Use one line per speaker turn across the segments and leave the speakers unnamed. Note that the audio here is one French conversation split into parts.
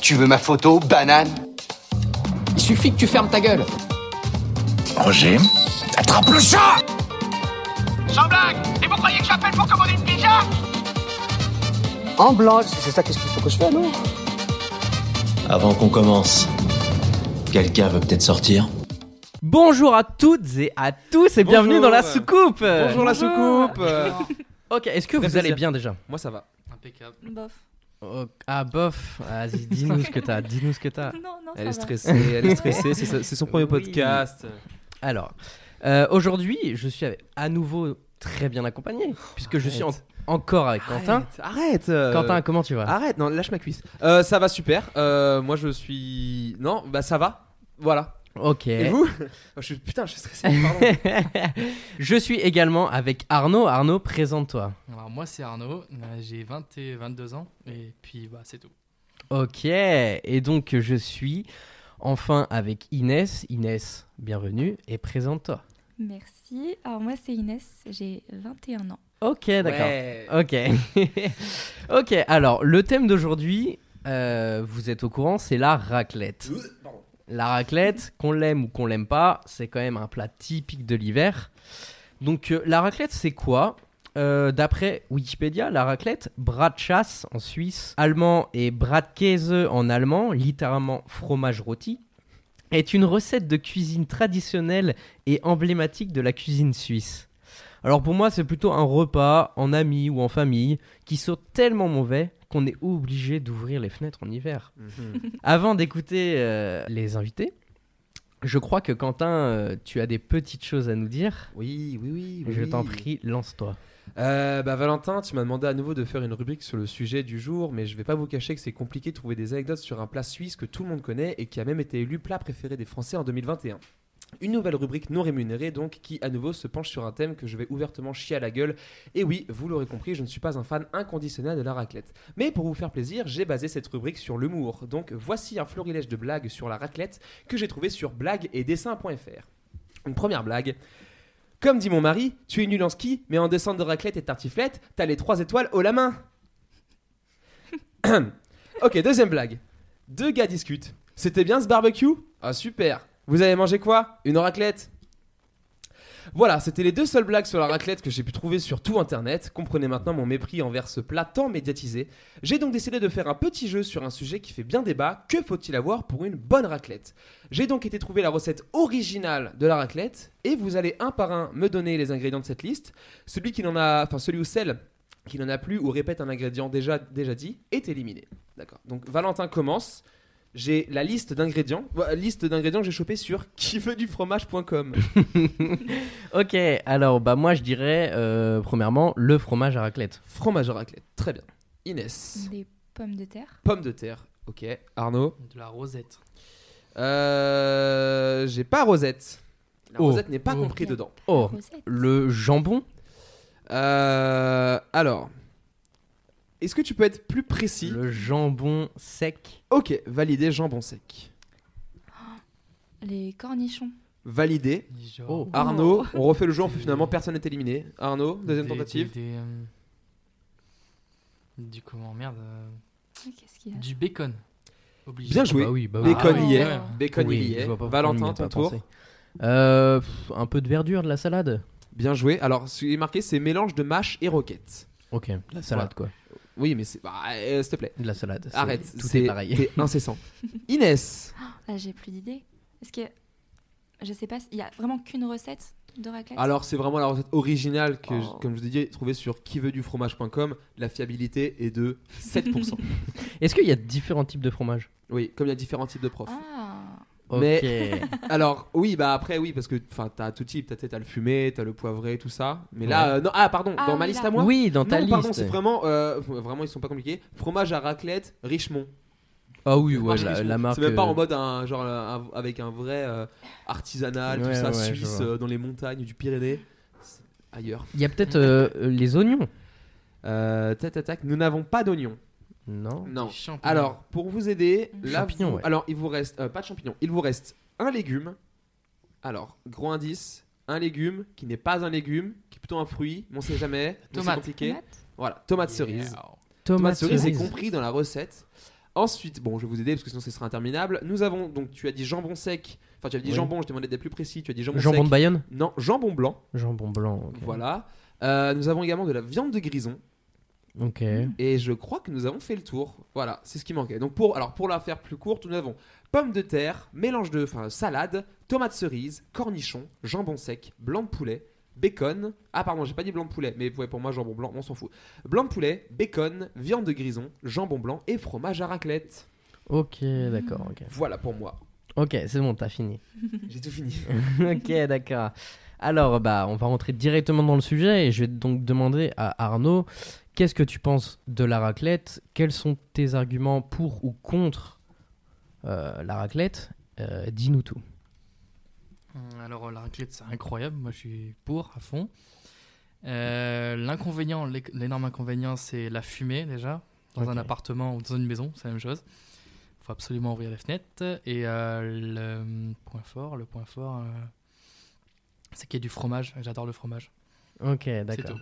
Tu veux ma photo, banane
Il suffit que tu fermes ta gueule.
Roger, attrape le chat
Sans blague Et vous croyez que j'appelle pour commander une pizza
En blanc, c'est ça qu'est-ce qu'il faut que je fasse, non
Avant qu'on commence, quelqu'un veut peut-être sortir
Bonjour à toutes et à tous et bienvenue
Bonjour.
dans la soucoupe.
Bonjour la soucoupe euh,
Ok, est-ce que vous
Très
allez
plaisir.
bien déjà
Moi ça va.
Impeccable. Bof.
Oh, Ah bof, vas-y, dis-nous ce que t'as, dis-nous ce que t'as.
Non, non,
Elle est
ça va.
stressée, elle est stressée, c'est sa- c'est son premier
Oui.
podcast.
Alors, euh, aujourd'hui, je suis avec- à nouveau très bien accompagné puisque je suis en-
Arrête.
encore avec Quentin.
Arrête, Arrête euh,
Quentin, comment tu vas
Arrête, non, lâche ma cuisse. Euh, ça va super. Euh, moi je suis. Non, bah ça va. Voilà.
Ok.
Et vous je suis... Putain, je suis stressé, pardon.
je suis également avec Arnaud. Arnaud, présente-toi.
Alors, moi, c'est Arnaud, euh, j'ai 20 et 22 ans, et puis, bah, c'est tout.
Ok. Et donc je suis enfin avec Inès. Inès, bienvenue et présente-toi.
Merci. Alors moi c'est Inès, j'ai 21 ans.
Ok, d'accord.
Ouais.
Ok. ok, alors le thème d'aujourd'hui, euh, vous êtes au courant, c'est la raclette. La raclette, qu'on l'aime ou qu'on l'aime pas, c'est quand même un plat typique de l'hiver. Donc euh, la raclette, c'est quoi Euh, D'après Wikipédia, la raclette, bratschas en Suisse, allemand et bratkäse en allemand, littéralement fromage rôti, est une recette de cuisine traditionnelle et emblématique de la cuisine suisse. Alors pour moi, c'est plutôt un repas en amis ou en famille qui sont tellement mauvais qu'on est obligé d'ouvrir les fenêtres en hiver.
Mhm.
Avant d'écouter euh, les invités, je crois que Quentin, euh, tu as des petites choses à nous dire.
Oui, oui, oui.
Je
oui.
t'en prie, lance-toi.
Euh, bah, Valentin, tu m'as demandé à nouveau de faire une rubrique sur le sujet du jour, mais je vais pas vous cacher que c'est compliqué de trouver des anecdotes sur un plat suisse que tout le monde connaît et qui a même été élu plat préféré des Français en 2021. Une nouvelle rubrique non rémunérée, donc, qui à nouveau se penche sur un thème que je vais ouvertement chier à la gueule. Et oui, vous l'aurez compris, je ne suis pas un fan inconditionnel de la raclette. Mais pour vous faire plaisir, j'ai basé cette rubrique sur l'humour. Donc voici un florilège de blagues sur la raclette que j'ai trouvé sur blagues et dessins.fr. Une première blague. Comme dit mon mari, tu es nul en ski, mais en descente de raclette et de tartiflette, t'as les trois étoiles haut la main. ok, deuxième blague. Deux gars discutent. C'était bien ce barbecue Ah super. Vous avez mangé quoi Une raclette voilà, c'était les deux seules blagues sur la raclette que j'ai pu trouver sur tout internet. Comprenez maintenant mon mépris envers ce plat tant médiatisé. J'ai donc décidé de faire un petit jeu sur un sujet qui fait bien débat. Que faut-il avoir pour une bonne raclette j'ai donc été trouver la recette originale de la raclette et vous allez un par un me donner les ingrédients de cette liste. Celui qui n'en a, enfin celui ou celle qui n'en a plus ou répète un ingrédient déjà déjà dit est éliminé. D'accord. Donc Valentin commence. J'ai la liste d'ingrédients, euh, liste d'ingrédients que j'ai chopé sur qui veut du fromage.com.
Ok, alors bah moi je dirais euh, premièrement le fromage à raclette.
Fromage à raclette, très bien. Inès,
Des pommes de terre.
pommes de terre. Ok. Arnaud,
De la rosette.
Euh, j'ai pas Rosette. La
Oh.
Rosette n'est pas
Oh.
compris dedans.
Oh,
Rosette.
le jambon
Euh, alors, est-ce que tu peux être plus précis
Le jambon sec.
Ok, validé jambon sec.
Les cornichons.
Validé.
Genre
Oh.
Arnaud, on refait le jeu, on fait finalement personne n'est éliminé. Arnaud, deuxième
des-
tentative.
des- des, euh, du comment Merde. euh,
Oui, Ah, Qu'est-ce qu'il y a
du bacon. Obligé.
Bien joué.
Bah oui, bah oui.
Bacon
Ah
y est.
ouais.
Bacon
Oui,
il y
je
est.
vois pas pourquoi on y
eh. Valentin,
a
ton
pas
tour.
pensé. Euh, pff, un peu de verdure, de la salade.
Bien joué. Alors, ce qui est marqué, c'est mélange de mâche et roquette.
Ok, de la salade quoi.
Oui, mais c'est. bah, euh, S'il te plaît,
De la salade. c'est-
arrête.
Tout
c'est-
est pareil.
T'es incessant. Inès,
Ah j'ai plus d'idées. Est-ce que je sais pas, il y a vraiment qu'une recette de raclette
alors c'est vraiment la recette originale que, je-
Oh.
comme je vous ai dit, trouvée sur qui veut du fromage.com. La fiabilité est de 7%.
Est-ce qu'il y a différents types de fromage
oui, comme il y a différents types de profs.
Ah,
Mais-
Ok.
Alors oui, bah après oui parce que enfin t'as tout type, t'as t'as le fumé, t'as le poivré, tout ça. Mais
Ouais.
là euh, non ah pardon
Ah
dans
oui,
ma liste
là.
à moi.
oui, dans ta
non, pardon,
liste.
c'est vraiment euh, vraiment ils sont pas compliqués. Fromage à raclette Richmond.
Ah oui, ouais,
Fromage
la,
Richmond.
la marque.
C'est même pas
euh,
en mode un genre un- avec un vrai euh, artisanal
Ouais,
tout ça
ouais, je
suisse
vois.
euh, dans les montagnes du Pyrénées C'est ailleurs.
Il y a peut-être euh, euh, les oignons.
Euh, tac tac tac, nous n'avons pas d'oignons.
Non.
Non.
Des champignons.
Alors pour vous aider, là
Champignons,
vous-
ouais.
alors il vous reste euh, pas de champignons, il vous reste un légume. Alors gros indice, un légume qui n'est pas un légume, qui est plutôt un fruit, mais on sait jamais. donc c'est
Tomate.
compliqué.
tomate
Voilà, tomate cerise.
Yeah.
Tomate
Tomate
cerise est
cerise.
compris dans la recette. Ensuite, bon, je vais vous aider parce que sinon ce sera interminable. Nous avons donc, tu as dit jambon sec. Enfin, tu as dit
Oui.
jambon, je t'ai demandé d'être plus précis. Tu as dit jambon,
Jambon de
sec.
Bayonne
Non, jambon blanc.
Jambon blanc. ok.
Voilà. Euh, nous avons également de la viande de grison.
Ok.
Et je crois que nous avons fait le tour. Voilà, c'est ce qui manquait. Donc pour, alors pour la faire plus courte, nous avons pommes de terre, mélange de enfin, salade, tomates cerises, cornichons, jambon sec, blanc de poulet, bacon. Ah pardon, j'ai pas dit blanc de poulet, mais ouais, pour moi jambon blanc, on s'en fout. Blanc de poulet, bacon, viande de grison, jambon blanc et fromage à raclette.
Ok, d'accord. Ok,
Voilà pour moi.
Ok, c'est bon, t'as fini.
J'ai tout fini.
ok, d'accord. Alors, bah, on va rentrer directement dans le sujet et je vais donc demander à Arnaud, qu'est-ce que tu penses de la raclette Quels sont tes arguments pour ou contre euh, la raclette Euh, Dis-nous tout.
Hum, Alors, euh, la raclette, c'est incroyable. Moi, je suis pour, à fond. Euh, L'inconvénient, l'é- l'énorme inconvénient, c'est la fumée, déjà. Dans
Ok.
un appartement ou dans une maison, c'est la même chose. Il faut absolument ouvrir les fenêtres. Et euh, le hum, point fort, le point fort, euh, c'est qu'il y a du fromage. J'adore le fromage.
Ok,
C'est
d'accord.
tout,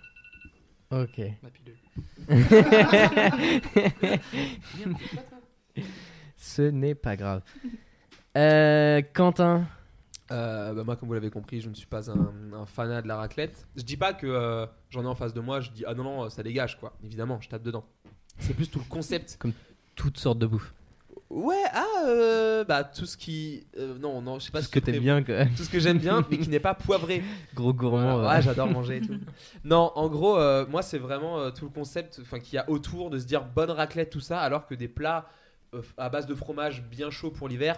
Ok.
ma pilule.
Ce n'est pas grave. Euh, Quentin,
Euh, bah moi, comme vous l'avez compris, je ne suis pas un, un fanat de la raclette. Je dis pas que euh, j'en ai en face de moi, je dis ah non, non, ça dégage quoi. Évidemment, je tape dedans. C'est plus tout le concept.
toutes sortes de bouffe.
Ouais, ah, euh, bah tout ce qui. euh, non, non, je sais pas
Tout ce que
si c'est très
t'aimes
bon.
bien, quoi.
Tout ce que j'aime bien, mais qui n'est pas poivré.
gros gourmand. euh,
Voilà,
ouais.
Ah, ouais, j'adore manger et tout. Non, en gros, euh, moi, c'est vraiment euh, tout le concept enfin, qu'il y a autour de se dire bonne raclette, tout ça, alors que des plats euh, à base de fromage bien chaud pour l'hiver,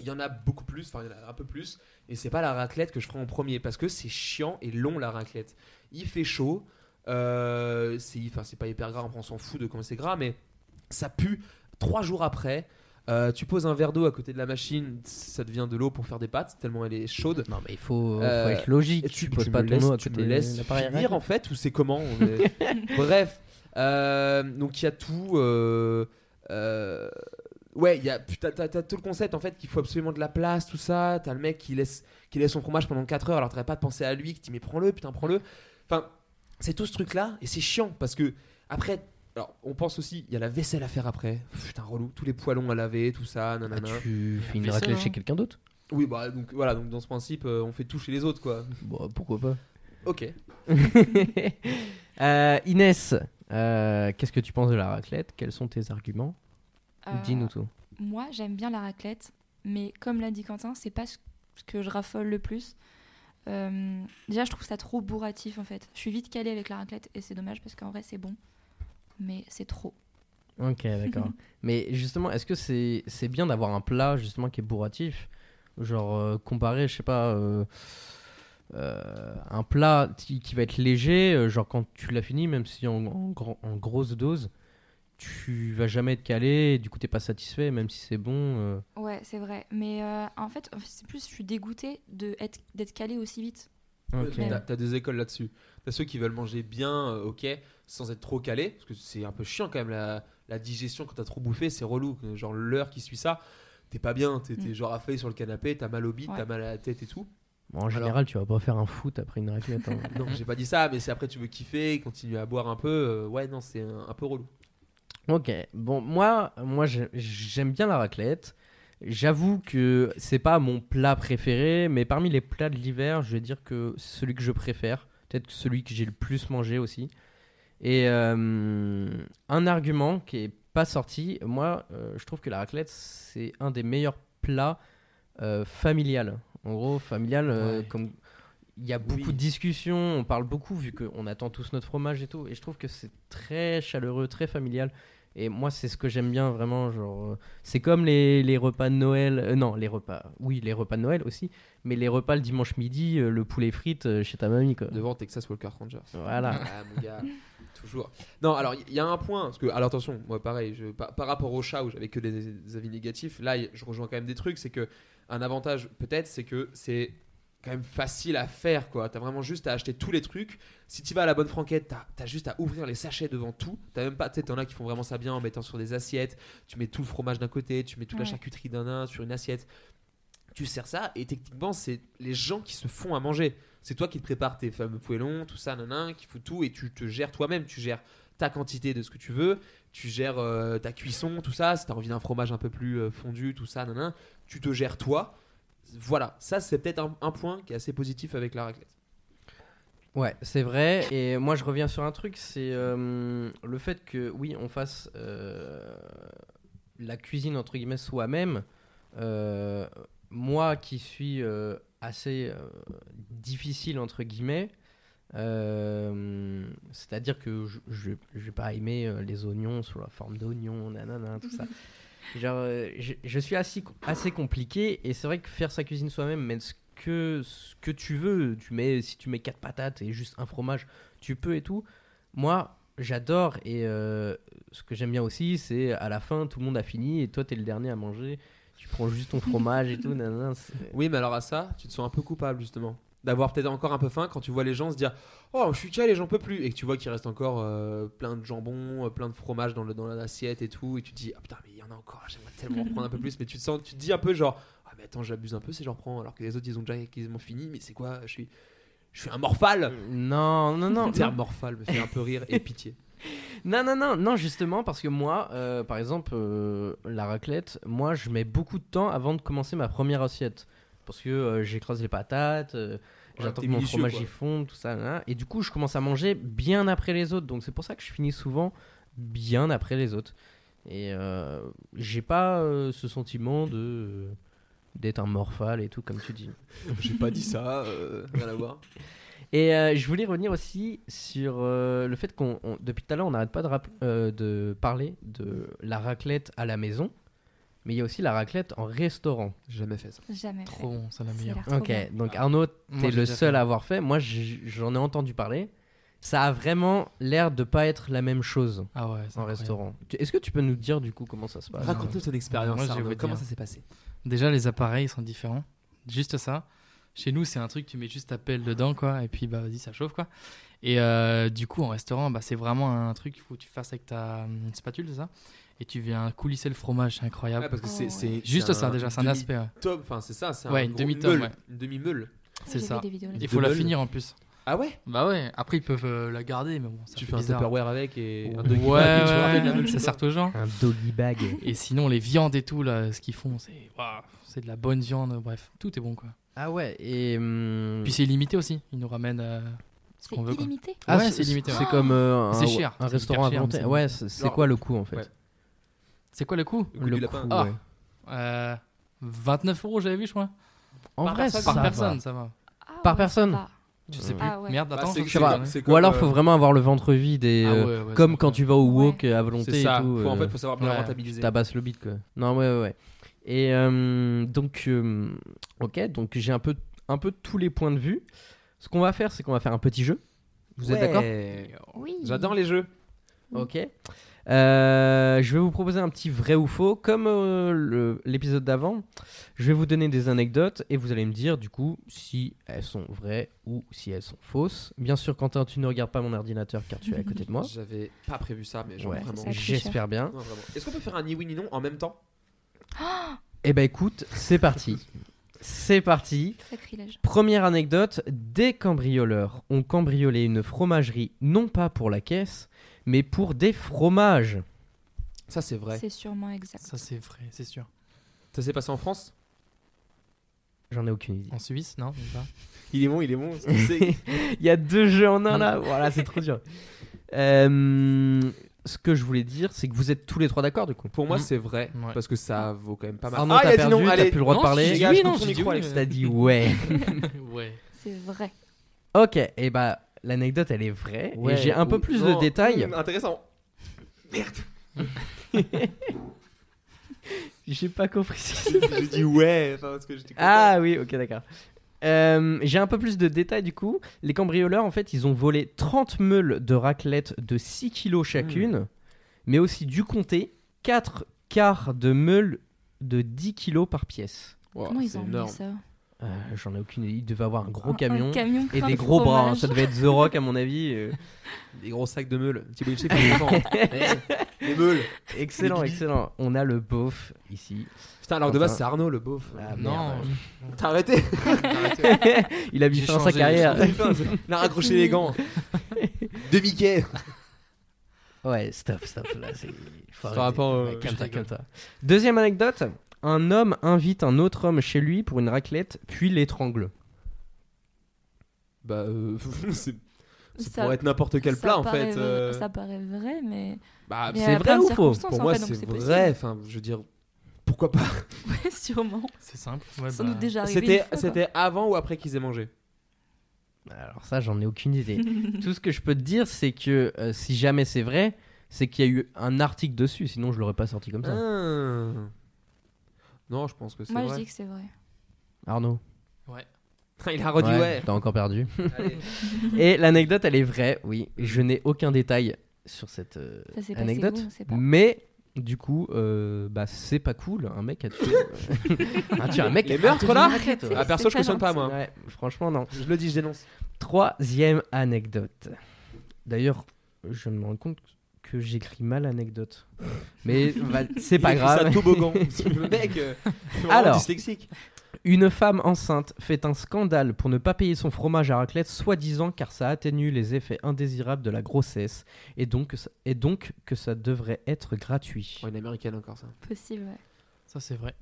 il y en a beaucoup plus, enfin, il y en a un peu plus, et c'est pas la raclette que je prends en premier parce que c'est chiant et long la raclette. Il fait chaud, euh, c'est enfin, c'est pas hyper gras, on s'en fout de comment c'est gras, mais ça pue trois jours après. euh, tu poses un verre d'eau à côté de la machine, ça devient de l'eau pour faire des pâtes, tellement elle est chaude.
Non, mais il faut, faut
Euh,
être logique.
Et
tu,
tu,
poses
tu
pas
me
ton
laisses,
mot à
tu me
côté de
laisses
l'appareil à
finir
raclette.
en fait ou c'est comment on est- Bref, euh, donc il y a tout. euh, euh, ouais, il y a putain, t'as, t'as tout le concept en fait qu'il faut absolument de la place, tout ça. T'as le mec qui laisse qui laisse son fromage pendant 4 heures alors t'aurais pas de penser à lui, qui dit mais prends-le, putain prends-le. Enfin, c'est tout ce truc là et c'est chiant parce que après. Alors, on pense aussi, il y a la vaisselle à faire après. Putain, relou. Tous les poêlons à laver, tout ça,
Ah,
nanana.
tu fais une
vaisselle,
raclette
hein.
chez quelqu'un d'autre
Oui, bah, donc voilà, donc dans ce principe, euh, on fait tout chez les autres, quoi.
Bon, Bah, pourquoi pas.
Ok.
Euh, Inès, euh, qu'est-ce que tu penses de la raclette Quels sont tes arguments
Euh,
Dis-nous tout.
Moi, j'aime bien la raclette, mais comme l'a dit Quentin, c'est pas ce ce que je raffole le plus. Euh, déjà, je trouve ça trop bourratif en fait. Je suis vite calée avec la raclette et c'est dommage parce qu'en vrai, c'est bon, mais c'est trop.
Ok, d'accord. Mais justement, est-ce que c'est c'est bien d'avoir un plat justement qui est bourratif Genre euh, comparé, je sais pas, euh, euh, un plat qui, qui va être léger, euh, genre quand tu l'as fini, même si en, en gro- en grosse dose, tu vas jamais être calé, et du coup t'es pas satisfait, même si c'est bon. euh.
Ouais, c'est vrai. Mais euh, en fait, c'est plus, je suis dégoûtée de être- d'être calée aussi vite.
Ok.
T'as- T'as deux écoles là-dessus. T'as ceux qui veulent manger bien, euh, ok, sans être trop calé, parce que c'est un peu chiant quand même la, la digestion quand t'as trop bouffé, c'est relou. Genre l'heure qui suit ça, t'es pas bien, t'es t'es
Mm.
genre affalé sur le canapé, t'as mal au bide,
Ouais.
t'as mal à la tête et tout.
Bon, en général, tu vas pas faire un foot après une raclette. hein.
Non, j'ai pas dit ça, mais c'est après tu veux kiffer, continuer à boire un peu. euh, ouais, non, c'est un, un peu relou.
Ok, bon, moi, moi j'ai- j'aime bien la raclette. J'avoue que c'est pas mon plat préféré, mais parmi les plats de l'hiver, je vais dire que c'est celui que je préfère, peut-être que celui que j'ai le plus mangé aussi. Et euh, un argument qui est pas sorti, moi, euh, je trouve que la raclette, c'est un des meilleurs plats euh, familial. En gros, familial, euh,
Ouais.
comme il y a beaucoup de discussions, on parle beaucoup vu qu'on attend tous notre fromage et tout. Et je trouve que c'est très chaleureux, très familial. Et moi, c'est ce que j'aime bien vraiment. Genre, euh, c'est comme les, les repas de Noël. euh, non, les repas. Oui, les repas de Noël aussi. Mais les repas le dimanche midi, euh, le poulet frites euh, chez ta mamie. Quoi.
Devant Texas Walker Rangers.
Voilà.
Ah, mon gars, toujours. Non, alors il y a un point, parce que, alors attention, moi pareil, je, par, par rapport au chat où j'avais que des, des avis négatifs, là y- je rejoins quand même des trucs, c'est que un avantage peut-être, c'est que c'est quand même facile à faire, quoi. T'as vraiment juste à acheter tous les trucs. Si tu vas à la bonne franquette, t'as as juste à ouvrir les sachets devant tout. T'as même pas, tu sais, t'en as qui font vraiment ça bien en mettant sur des assiettes. Tu mets tout le fromage d'un côté, tu mets toute la
Ouais.
charcuterie d'un nain sur une assiette. Tu sers ça et techniquement, c'est les gens qui se font à manger. C'est toi qui te prépares tes fameux poêlons, tout ça, nanan, qui fout tout et tu te gères toi-même. Tu gères ta quantité de ce que tu veux, tu gères euh, ta cuisson, tout ça, si t'as envie d'un fromage un peu plus euh, fondu, tout ça, nanan, tu te gères toi. Voilà, ça c'est peut-être un, un point qui est assez positif avec la raclette.
Ouais, c'est vrai. Et moi, je reviens sur un truc, c'est euh, le fait que, oui, on fasse euh, la cuisine, entre guillemets, soi-même. Euh, moi, qui suis euh, assez euh, difficile, entre guillemets, euh, c'est-à-dire que je- je je vais pas aimer euh, les oignons sous la forme d'oignons, nanana, tout ça. Genre, euh, je, je suis assez, assez compliqué et c'est vrai que faire sa cuisine soi-même, mettre ce que, ce que tu veux, tu mets, si tu mets quatre patates et juste un fromage, tu peux et tout. Moi, j'adore et euh, ce que j'aime bien aussi, c'est à la fin, tout le monde a fini et toi, t'es le dernier à manger. Tu prends juste ton fromage et tout, nanana. c'est-
Oui, mais alors à ça, tu te sens un peu coupable justement. D'avoir peut-être encore un peu faim quand tu vois les gens se dire Oh, je suis calé, j'en peux plus. Et que tu vois qu'il reste encore euh, plein de jambon, euh, plein de fromage dans, le, dans l'assiette et tout. Et tu te dis Ah putain, mais il y en a encore, j'aimerais tellement en prendre un peu plus. Mais tu te, sens, tu te dis un peu genre Ah, mais attends, j'abuse un peu si j'en prends alors que les autres ils ont déjà quasiment fini. Mais c'est quoi Je suis, je suis un morphale
Non, non, non.
Le terme morphale me fait un peu rire et pitié.
Non, non, non, non, justement, parce que moi, euh, par exemple, euh, la raclette, moi, je mets beaucoup de temps avant de commencer ma première assiette. Parce que euh, j'écrase les patates, euh,
Ouais,
j'attends
t'es
que mon
minutieux,
fromage
quoi.
y fonde, tout ça. là, là. et du coup, je commence à manger bien après les autres. Donc, c'est pour ça que je finis souvent bien après les autres. Et euh, j'ai pas euh, ce sentiment de euh, d'être un morphale et tout, comme tu dis.
J'ai pas dit ça, euh, rien à voir.
Et euh, je voulais revenir aussi sur euh, le fait qu'on, on- depuis tout à l'heure, on n'arrête pas de, rap- euh, de parler de la raclette à la maison, mais il y a aussi la raclette en restaurant.
J'ai jamais fait ça.
Jamais. fait.
Trop bon, c'est
Ça
la
a
meilleure.
l'air trop
Ok,
bien.
donc Arnaud,
Moi,
t'es
j'ai
le
déjà
seul
fait.
à avoir fait. Moi, j- j'en ai entendu parler. Ça a vraiment l'air de pas être la même chose
Ah ouais, c'est
en
incroyable.
restaurant. Tu- Est-ce que tu peux nous dire du coup comment ça se passe
Raconte-nous ton expérience,
Moi, je vais
Arnaud.
vous
Comment
dire.
ça s'est passé
Déjà, les appareils sont différents. Juste ça. Chez nous, c'est un truc, tu mets juste ta pelle dedans, quoi, et puis bah vas-y, ça chauffe, quoi. Et euh, du coup, en restaurant, bah, c'est vraiment un truc où tu fasses avec ta hum, spatule, c'est ça, et tu viens coulisser le fromage, c'est incroyable.
Ouais, Ah, parce que c'est, bah, c'est-
Juste
c'est
ça,
un
déjà, c'est un
demi-
aspect, ouais.
tome, enfin c'est ça, c'est
Ouais,
un
une
gros-
demi-tome,
meule,
ouais.
une demi-meule.
c'est
Ah, J'ai
ça.
vu des vidéos
Il
là-dessus.
faut la
meules.
finir en plus.
Ah ouais
Bah ouais, après ils peuvent euh, la garder, mais bon, ça
Tu
fait
fais un
bizarre.
Tupperware avec et un
Ouais,
doggy bag et tu ramènes la
ouais,
meule
ça
chez toi.
sert aux gens.
Un doggy bag.
Et sinon, les viandes et tout, là, ce qu'ils font, c'est waouh, c'est de la bonne viande, bref, tout est bon, quoi.
ah ouais, et. hum,
Puis c'est illimité aussi, ils nous ramènent euh, ce
C'est
qu'on veut, quoi.
illimité.
ah,
ouais, c'est limité,
C'est
ouais.
comme euh, un,
C'est cher,
un
c'est
restaurant
hyper
à
cher, mais
volonté.
c'est bon.
Ouais, c'est c'est
Alors-
quoi le coût en fait
Ouais.
C'est quoi le coût
Le coup du lapin.
Ah. 29 euros, j'avais vu, je crois.
En
Par
vrai,
personne,
ça
Par
va.
personne, ça va.
Ah
Par
ouais,
personne.
ça va.
Je sais
Mm.
plus.
Ah ouais.
Merde,
Bah,
attends,
c'est-
je
c'est
sais
pas-
pas.
c'est comme,
Ou alors,
euh,
faut vraiment avoir le ventre vide et
Ah
euh,
ouais, ouais,
comme
c'est
quand
incroyable.
tu vas au wok à volonté
C'est
et
ça.
tout,
Faut- en
euh,
fait, faut savoir bien
Ouais.
tu
rentabiliser.
tabasses le bide quoi. Non, ouais, ouais. ouais. Et euh, donc, euh, ok, donc j'ai un peu, un peu tous les points de vue. Ce qu'on va faire, c'est qu'on va faire un petit jeu. Vous êtes d'accord
Oui.
J'adore les jeux.
Mm. Ok. Euh, je vais vous proposer un petit vrai ou faux. Comme euh, le- l'épisode d'avant, je vais vous donner des anecdotes et vous allez me dire du coup si elles sont vraies ou si elles sont fausses. Bien sûr, Quentin, tu ne regardes pas mon ordinateur car tu es à côté de moi.
J'avais pas prévu ça, mais genre
Ouais,
vraiment.
c'est ça.
j'espère bien.
Non, vraiment. Est-ce qu'on peut faire un ni oui ni non en même temps
Eh ben écoute, c'est parti. C'est parti.
Sacrilège.
Première anecdote, des cambrioleurs ont cambriolé une fromagerie non pas pour la caisse, mais pour des fromages.
Ça, c'est vrai.
C'est sûrement exact.
Ça, c'est vrai, c'est sûr.
Ça s'est passé en France
J'en ai aucune idée.
En Suisse, non même pas.
Il est bon, il est bon. C'est-
Il y a deux jeux en un là. Voilà, c'est trop dur. Euh, ce que je voulais dire, c'est que vous êtes tous les trois d'accord du coup.
Pour moi,
Mm.
c'est vrai.
Ouais.
Parce que ça vaut quand même pas mal. Ah,
Arnaud,
il
t'as
a dit
perdu,
non,
t'as
allez.
plus le droit de
Non,
parler.
si,
les gars,
oui,
je
non,
coupe
j'ai
mon micro,
oui,
Alex.
T'as dit ouais.
ouais.
C'est vrai.
ok, et bah l'anecdote elle est vraie.
Ouais,
et j'ai un peu
ou-
plus
non.
de détails.
Mm, Intéressant.
J'ai pas compris.
J'ai dit ouais. enfin, parce que j'étais content.
ah oui, ok, d'accord. Euh, j'ai un peu plus de détails du coup. Les cambrioleurs, en fait, ils ont volé 30 meules de raclette de 6 kilos chacune,
Hmm.
mais aussi du comté, 4 quarts de meules de 10 kilos par pièce.
Wow,
Comment ils
Oh, c'est
ont mis
énorme.
ça
Euh, J'en ai aucune idée. Il devait avoir un gros
Un- un
camion,
camion
et
plein
des
de
gros bras. hein.
fromage.
Ça devait être The Rock, à mon avis. euh.
Des gros sacs de meules. Thibaut Hichet, il est content. Eh, Les meules.
Excellent, excellent. On a le beauf ici.
Putain, alors de
Enfin.
base, c'est Arnaud le beauf.
Ah,
non,
merde.
T'as arrêté
Il a mis
J'ai
fin à sa
changé, j'ai
carrière.
Il a raccroché les gants. De Mickey.
Ouais, stop, stop. Là, c'est. Faut
Par
arrêter.
rapport au-
Ouais, calme-toi,
je rigole.
calme-toi. Deuxième anecdote un homme invite un autre homme chez lui pour une raclette, puis l'étrangle.
Bah, euh, c'est c'est
Ça-
pour être n'importe quel
Ça
plat en
paraît
fait.
vrai-
euh,
Ça paraît vrai, mais.
bah,
mais
c'est
à
vrai
plein de
ou faux
circonstances,
pour
en
moi,
fait, donc
c'est
possible.
vrai. Enfin, je veux dire, pourquoi pas
Ouais, Sûrement.
C'est simple. Ouais,
Sans
bah,
doute déjà arrivé.
C'était
une fois, quoi.
c'était avant ou après qu'ils aient mangé
Alors ça, j'en ai aucune idée. Tout ce que je peux te dire, c'est que euh, si jamais c'est vrai, c'est qu'il y a eu un article dessus, sinon je l'aurais pas sorti comme ça.
Ah. Non, je pense que c'est
Moi, je
vrai.
dis que c'est vrai.
Arnaud.
Il
Oh,
a redit ouais.
T'as encore perdu.
Allez.
Et l'anecdote, elle est vraie, oui. Je n'ai aucun détail sur cette euh,
Ça s'est passé
anecdote.
où, on sait pas.
Mais du coup, euh, bah, c'est pas cool. Un mec a tué. Ah, tu as un mec
Les
qui a
meurtres,
tué
là
une raclette, ouais.
Ah, perso, je
très
cautionne pas moi.
Ouais, franchement, non.
Je le dis, je dénonce.
Troisième anecdote. D'ailleurs, je me rends compte que j'écris mal anecdote. Mais bah, c'est pas grave.
Ça toboggan. le mec, euh, vraiment
Alors.
dyslexique.
Une femme enceinte fait un scandale pour ne pas payer son fromage à raclette, soi-disant car ça atténue les effets indésirables de la grossesse et donc, que ça- et donc que ça devrait être gratuit.
Oh, une américaine encore ça.
Possible, ouais.
Ça, c'est vrai.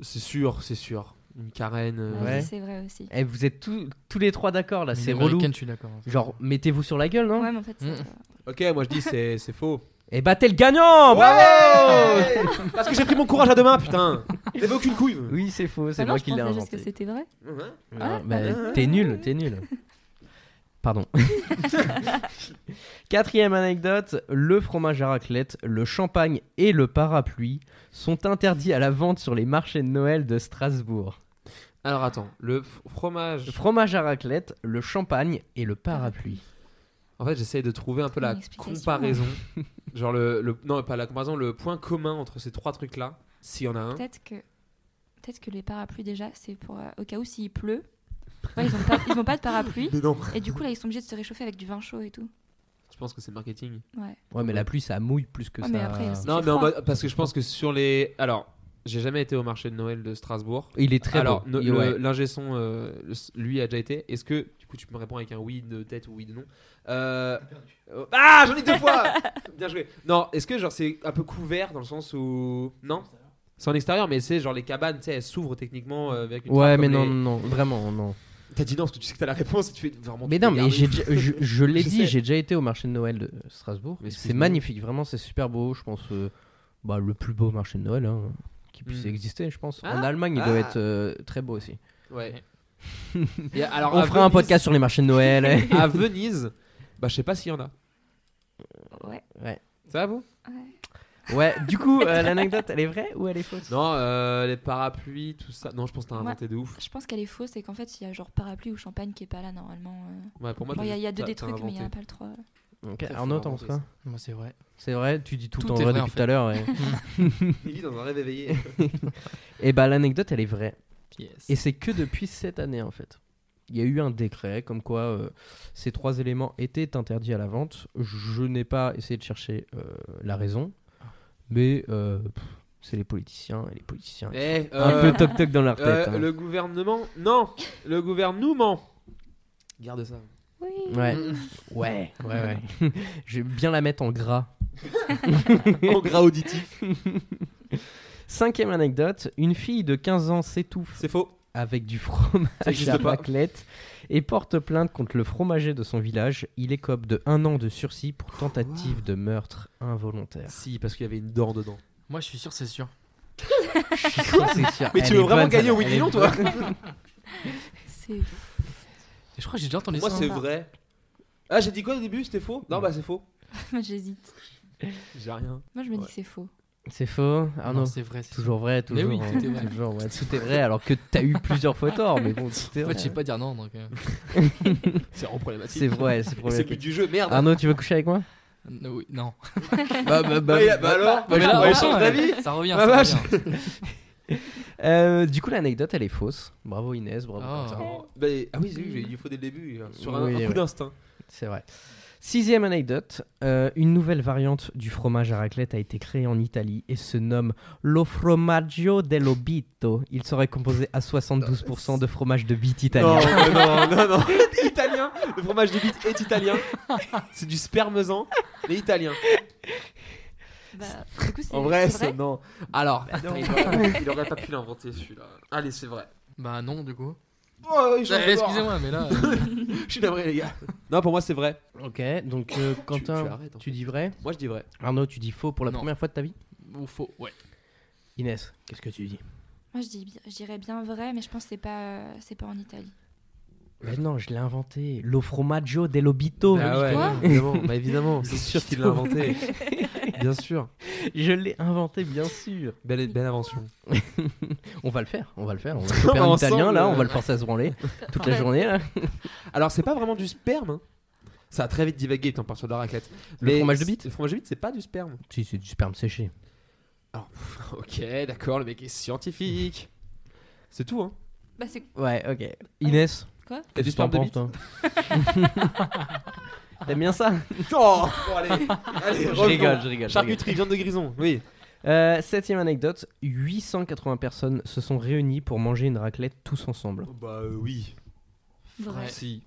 C'est sûr, c'est sûr. Une carène.
Ouais,
euh,
Ouais.
C'est vrai aussi.
Eh, vous êtes tous- tous les trois d'accord là,
Mais
c'est relou.
l'américaine, je suis d'accord.
Genre, mettez-vous sur la gueule, non
Ouais, mais en fait, euh, c'est.
Mm.
Ok, moi je dis c'est c'est faux.
Et bah, t'es le gagnant Bravo
Ouais Parce que j'ai pris mon courage à deux mains, putain. T'avais aucune couille.
Oui, c'est faux, c'est
Bah non,
moi
je
qui l'ai
pensais juste que
inventé.
c'était vrai.
Hein
Non,
Ah,
bah,
ah,
t'es nul, t'es nul. Pardon. Quatrième anecdote, le fromage à raclette, le champagne et le parapluie sont interdits à la vente sur les marchés de Noël de Strasbourg.
Alors attends, le f- fromage.
Le fromage à raclette, le champagne et le parapluie.
En fait, j'essaye de trouver un peu la
Une explication.
comparaison. Genre le, le- non pas la comparaison, le point commun entre ces trois trucs là, s'il y en a un.
Peut-être que. Peut-être que les parapluies, déjà, c'est pour. euh, au cas où s'il pleut. Ouais, ils, ont pas, ils ont pas de parapluie.
non.
Et du coup, là, ils sont obligés de se réchauffer avec du vin chaud et tout.
Je pense que c'est marketing.
Ouais.
Ouais, mais la pluie, ça mouille plus que
Ouais,
ça.
Ah, mais après, il y a aussi-
Non,
fait
mais en
froid.
mode- parce que je pense que sur les. Alors, j'ai jamais été au marché de Noël de Strasbourg.
Il est très
Alors,
beau.
no-
Il- ouais.
le- l'ingé son, euh, le- lui, a déjà été. Est-ce que, du coup, tu me réponds avec un oui de tête ou oui de non Euh, euh, Ah, j'en ai deux fois Bien joué. Non, est-ce que, genre, c'est un peu couvert dans le sens où. Non C'est en extérieur, mais c'est genre les cabanes, tu sais, elles s'ouvrent techniquement euh, avec une
Ouais,
trappe
mais
comme
non,
les-
non, non, vraiment, non.
T'as dit non parce que tu sais que t'as la réponse et tu fais vraiment.
Mais
tu
non,
fais
mais
garder.
j'ai déjà- je, je l'ai
Je
dit,
sais.
j'ai déjà été au marché de Noël de Strasbourg.
Mais
C'est
excuse-moi.
magnifique, vraiment, c'est super beau. Je pense euh, bah, le plus beau marché de Noël hein, qui puisse
Mm.
exister, je pense.
Ah,
en Allemagne, il doit
ah.
être euh, très beau aussi.
Ouais. Et alors,
On
à
fera un
Ah, Venise-
podcast sur les marchés de Noël. hein.
À Venise, bah, je sais pas s'il y en a.
Ouais.
Ça va, vous
ouais.
ouais, du coup, euh, l'anecdote, elle est vraie ou elle est fausse
Non, euh, les parapluies, tout ça. Non, je pense que t'as
Moi-
inventé de ouf.
Je pense qu'elle est fausse et qu'en fait, il y a genre parapluie ou champagne qui est pas là normalement. euh.
Ouais, pour moi,
Bon, Il
t'as
y a, il y a
juste-
deux
t'as-
des
t'as
trucs, mais il n'y en a
inventé.
pas le 3.
Ok,
Très fort
Arnaud, t'en penses
inventé,
quoi
ça.
Moi, c'est vrai.
C'est vrai, tu dis tout,
Tout
en
est
vrai
vrai, en
depuis
fait.
tout à l'heure. Et,
Il vit dans un rêve éveillé.
et bah, l'anecdote, elle est vraie.
Yes.
Et c'est que depuis cette année, en fait. Il y a eu un décret comme quoi euh, ces trois éléments étaient interdits à la vente. Je n'ai pas essayé de chercher euh, la raison, mais euh, pff, c'est les politiciens et les politiciens.
Eh,
Un
euh,
peu toc-toc dans leur
euh,
tête. hein.
Le gouvernement. Non Le gouvernement Garde ça.
Oui.
Ouais. ouais, ouais, ouais. Je vais bien la mettre en gras.
En gras auditif.
Cinquième anecdote une fille de 15 ans s'étouffe
C'est faux.
avec du fromage
existe
à
pas.
raclette et porte plainte contre le fromager de son village. Il écope de un an de sursis pour tentative de meurtre involontaire.
Si, parce qu'il y avait une dent dedans.
Moi, je suis sûr, c'est sûr.
Mais tu veux vraiment gagner au
oui
Wikilon, toi
C'est
Et je crois que j'ai déjà entendu
Moi,
ça. hein.
c'est
pas.
vrai. Ah, j'ai dit quoi au début C'était faux Non, bah, c'est faux.
Moi, J'hésite.
J'ai rien.
Moi, je me
Ouais.
dis que c'est faux.
C'est faux,
Ah
Arnaud.
non, c'est vrai. c'est sûr.
toujours vrai, toujours.
Mais oui,
hein,
tout est vrai.
toujours, ouais, tout est vrai, alors que t'as eu plusieurs fois tort, mais bon, tout est
En
vrai.
fait, je sais pas dire non, donc. euh,
C'est vraiment problématique.
C'est vrai, c'est
Et C'est plus
problématique.
du jeu, merde.
Arnaud, tu veux coucher avec moi
non, oui, non.
bah, bah, bah,
Bah, bah, alors
Mais
on
là,
va changer
on change
d'avis
Ça revient.
Ma
ça
vache.
revient.
Ah, Euh, du coup, l'anecdote, elle est fausse. Bravo Inès, bravo.
Oh.
Quentin.
Bah, Ah oui, j'ai eu, j'ai eu du faux dès le début. euh, Sur un,
Oui,
un coup
ouais.
d'instinct.
C'est vrai. Sixième anecdote, euh, une nouvelle variante du fromage à raclette a été créée en Italie et se nomme lo formaggio dell'obito. Il serait composé à 72% de fromage de bite italien.
Non, non, non, non. italien. Le fromage de bite est italien. C'est du spermezan, mais italien.
Bah, du coup, c'est
En vrai,
c'est
ça, Bah non. Alors,
non.
il, aurait, il aurait pas pu l'inventer celui-là. Allez, c'est vrai.
Bah non, du coup.
Oh, ils sont
Eh,
d'accord.
Excusez-moi, mais là. euh,
Je suis navré, les gars. Non, pour moi, c'est vrai.
Ok, donc euh, Quentin,
tu
tu,
arrêtes, en
dis vrai.
Moi, je dis vrai.
Arnaud, tu dis faux pour la
Non.
première fois de ta vie.
ou faux, ouais.
Inès, qu'est-ce que tu dis
Moi, je, dis, bi- je dirais bien vrai, mais je pense que c'est pas, euh, c'est pas en Italie.
Mais non, je l'ai inventé. Lo formaggio dell'obito.
Bah ouais,
Quoi
évidemment. Bah évidemment, c'est sûr qu'il l'a inventé. Bien sûr.
Je l'ai inventé, bien sûr.
Belle, belle invention.
On va le faire, on va le faire. On va choper un
Ensemble,
italien là, on va
ouais.
le forcer à se branler toute la journée là.
Alors, c'est pas vraiment du sperme. hein. Ça a très vite divagué, tant partir de la raclette.
Le fromage de bite
Le fromage de bite, c'est pas du sperme.
Si, c'est du sperme séché.
Ok, d'accord, le mec est scientifique. C'est tout, hein.
Bah, c'est
Ouais, ok. Inès,
T'as du
qu'est-ce que t'en
sperme de
penses
bite
toi
hein.
T'aimes bien ça
Oh Bon, allez, allez,
Je rigole,
revenons.
je rigole. je rigole.
Charcuterie, viande de grison, oui.
Euh, septième anecdote 880 personnes se sont réunies pour manger une raclette tous ensemble.
Bah oui.
vrai.
Si.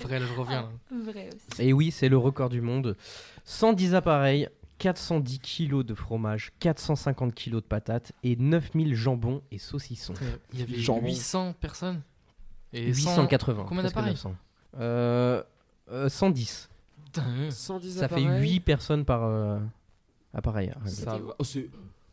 Vrai, là, je reviens. là.
Vrai aussi.
Et oui, c'est le record du monde. 110 appareils, 410 kilos de fromage, 450 kilos de patates et 9000 jambons et saucissons.
Il y avait
Jambon.
800 personnes. Et 100
880.
combien
presque
d'appareils
900. euh, euh, 110.
Putain, euh.
110
Ça fait 8 personnes par euh, appareil.
Ça va. Oh, c'est-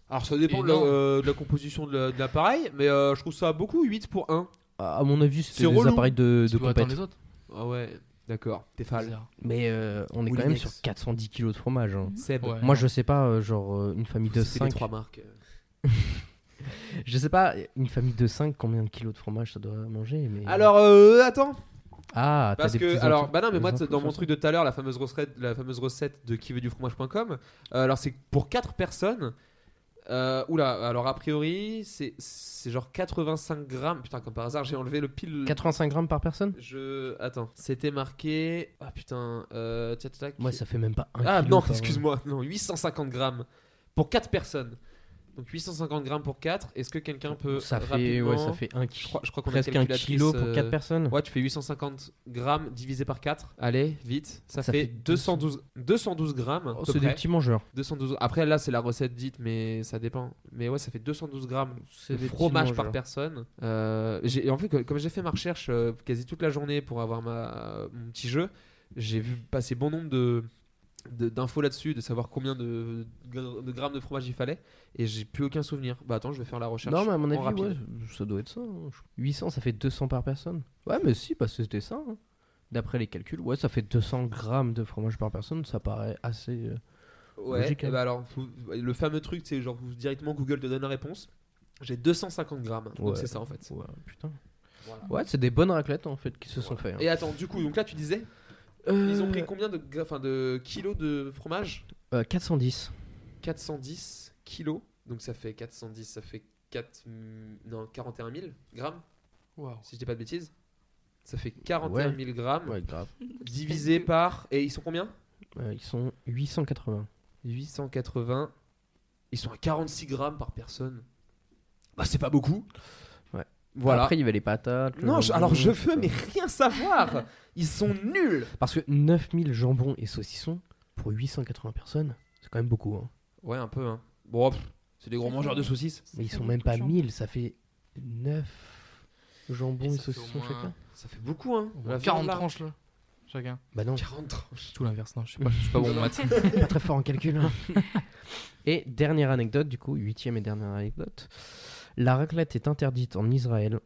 Alors ça dépend de la,
Énorme.
euh, de la composition de la- de l'appareil, mais euh, je trouve ça beaucoup 8 pour 1.
À mon avis,
C'est
c'était des
relou.
appareils de,
Tu
de
dois attendre
compète.
les autres.
Ah ouais, d'accord. T'es fan.
Bizarre.
Mais euh, on est
Ou
quand
les
même
Nex.
sur 410 kilos de fromage. hein.
Seb,
Ouais.
Moi, je sais pas, euh, genre euh, une famille de
c'était les
5.
trois marques.
Je sais pas, une famille de 5, combien de kilos de fromage ça doit manger. Mais...
Alors euh, attends,
ah, t'as
parce
des
que
petits
alors
enfants-
bah non mais
des
moi
enfants
dans
qui
mon
font
truc de tout à l'heure la fameuse recette la fameuse recette de qui veut du fromage.com euh, alors c'est pour 4 personnes euh, oula alors a priori c'est c'est genre 85 grammes putain comme par hasard j'ai enlevé le pile
ça. 85 grammes par personne
je attends c'était marqué ah putain euh, tac, tac, tac.
Moi, ça fait même pas un
Ah
kilo
non,
par-
excuse-moi, non, 850 grammes pour 4 personnes. Donc 850 grammes pour 4. Est-ce que quelqu'un peut
Ça fait,
rapidement-
ouais, ça fait un
Je
kilo.
crois, je crois qu'on a
Presque un
calculatrice,
kilo pour
euh,
4 personnes.
Ouais, tu fais 850 grammes divisé par 4. Allez, vite. Ça,
Ça
fait,
fait
212 212 grammes. à
Oh,
peu
c'est des
près.
petits mangeurs.
212. Après là, c'est la recette dite, mais ça dépend. Mais ouais, ça fait 212 grammes
C'est
de
des petits
fromage par
mangeurs.
personne. Euh, j'ai- et en fait, co- comme j'ai fait ma recherche euh, quasi toute la journée pour avoir ma, mon petit jeu, j'ai vu passer bon nombre de de- d'infos là-dessus, de savoir combien de, gr- de grammes de fromage il fallait, et j'ai plus aucun souvenir. Bah attends, je vais faire la recherche.
Non, mais à mon
en
avis,
rapide.
ouais, ça doit être ça. hein. 800, ça fait 200 par personne. Ouais, mais si, parce que c'était ça. hein. D'après les calculs, ouais, ça fait 200 grammes de fromage par personne, ça paraît assez. euh,
Ouais,
Logique,
eh
hein.
ben alors, vous- le fameux truc, c'est genre vous- directement Google te donne la réponse. J'ai 250 grammes,
Ouais.
donc c'est ça en fait.
Ouais, putain.
Voilà.
Ouais, c'est des bonnes raclettes en fait qui se sont faites. hein.
Et attends, du coup, donc là tu disais, ils ont pris combien de, gra- enfin, de kilos de fromage
Euh, 410.
410 kilos, donc ça fait 410, ça fait 4, non, 41 000 grammes,
Waouh.
si je dis pas de bêtises. Ça fait 41 000 grammes
Ouais, grave.
divisé par. Et ils sont combien
Euh, ils sont 880.
880. Ils sont à 46 grammes par personne. Bah, c'est pas beaucoup.
Ouais.
Voilà.
Après, il y avait les patates. le
Non, je-
jambon,
alors je
tout ça.
veux mais rien savoir. Ils sont nuls.
Parce que 9000 jambons et saucissons pour 880 personnes, c'est quand même beaucoup. hein.
Ouais, un peu. Hein. Bon, pff, c'est des gros
Ça
mangeurs
fait-
de saucisses.
Mais ils
Ça
sont
fait
même
beaucoup de
pas
gens.
1000, ça fait 9 jambons
Et
et,
ça fait au
saucissons
moins-
chacun.
Ça fait beaucoup, hein.
Au
La
moins
viande,
40
là.
tranches là, chacun.
Bah non,
C'est tout l'inverse, non, je suis pas, je suis pas bon en maths.
pas très fort en calcul. hein. et dernière anecdote, du coup, huitième et dernière anecdote. La raclette est interdite en Israël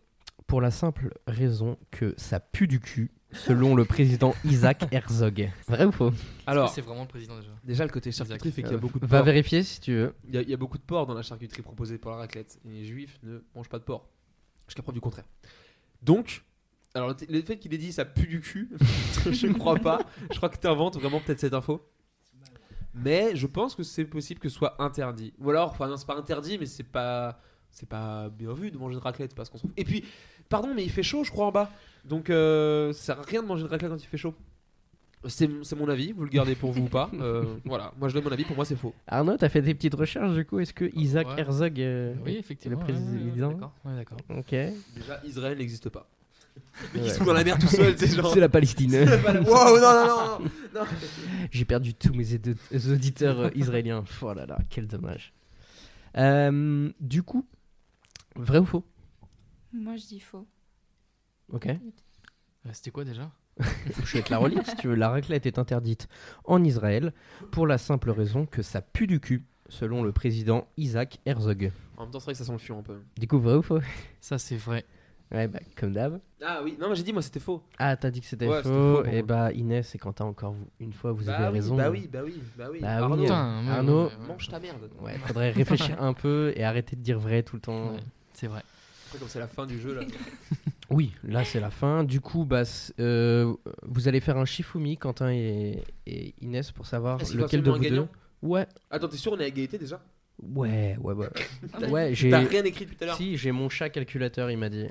pour la simple raison que ça pue du cul, selon le président Isaac Herzog. Vrai ou faux
Alors, Euh,
C'est vraiment le président déjà.
déjà, le côté charcuterie fait qu'il y a
Euh,
beaucoup de
Va
porc.
vérifier si tu veux.
Il y, a, il y a beaucoup de porc dans la charcuterie proposée pour la raclette. Et les juifs ne mangent pas de porc. Jusqu'à preuve du contraire. Donc, alors le t- le fait qu'il ait dit ça pue du cul, je crois pas. Je crois que t'inventes vraiment peut-être cette info. Mais je pense que c'est possible que ce soit interdit. Ou alors, enfin non, c'est pas interdit, mais c'est pas c'est pas bien vu de manger de raclette parce qu'on se trouve. Et puis, pardon, mais il fait chaud, je crois en bas. Donc, euh, ça sert à rien de manger de raclette quand il fait chaud. C'est c'est mon avis, vous le gardez pour vous ou pas. Euh, voilà, moi je donne mon avis, pour moi c'est faux.
Arnaud, t'as fait des petites recherches du coup. Est-ce que Isaac
Ouais.
Herzog. euh,
Oui, effectivement.
le président.
ouais, D'accord. ouais, d'accord.
Ok.
Déjà, Israël n'existe pas.
Ouais.
Ils sont dans la mer tout seul, c'est genre.
C'est la Palestine.
Wow, non, non, non, non.
J'ai perdu tous mes édo- auditeurs euh, israéliens. Oh là là, quel dommage. Euh, du coup, vrai ou faux
Moi, je dis faux.
Ok.
Euh, C'était quoi déjà
Je vais te la relire si tu veux. La raclette est interdite en Israël pour la simple raison que ça pue du cul, selon le président Isaac Herzog.
En même temps, c'est vrai que ça sent le fion un peu.
Du coup, vrai ou faux
Ça, c'est vrai.
Ouais, bah, comme d'hab.
Ah oui, non, mais j'ai dit, moi c'était faux.
Ah, t'as dit que c'était
Ouais, c'était
faux.
faux,
et
bon.
bah, Inès et Quentin, encore vous- une fois, vous avez
oui,
raison.
bah oui, bah oui, bah oui.
Bah oui.
Arnaud,
Putain, mais-
Arnaud.
ouais, ouais, ouais.
mange ta merde.
Ouais, faudrait réfléchir un peu et arrêter de dire vrai tout le temps.
Ouais, C'est vrai.
Après, comme c'est la fin du jeu là.
Oui, là c'est la fin. Du coup, bah, c- euh, vous allez faire un Shifumi, Quentin et, et Inès, pour savoir
Est-ce qu'il faut
lequel de
absolument
vous
un gagnant
deux. Ouais,
Attends, t'es sûr, on est à égalité déjà
ouais, ouais, ouais.
T'as-
ouais, j'ai.
T'as rien écrit depuis tout à l'heure
Si, j'ai mon chat calculateur, il m'a dit.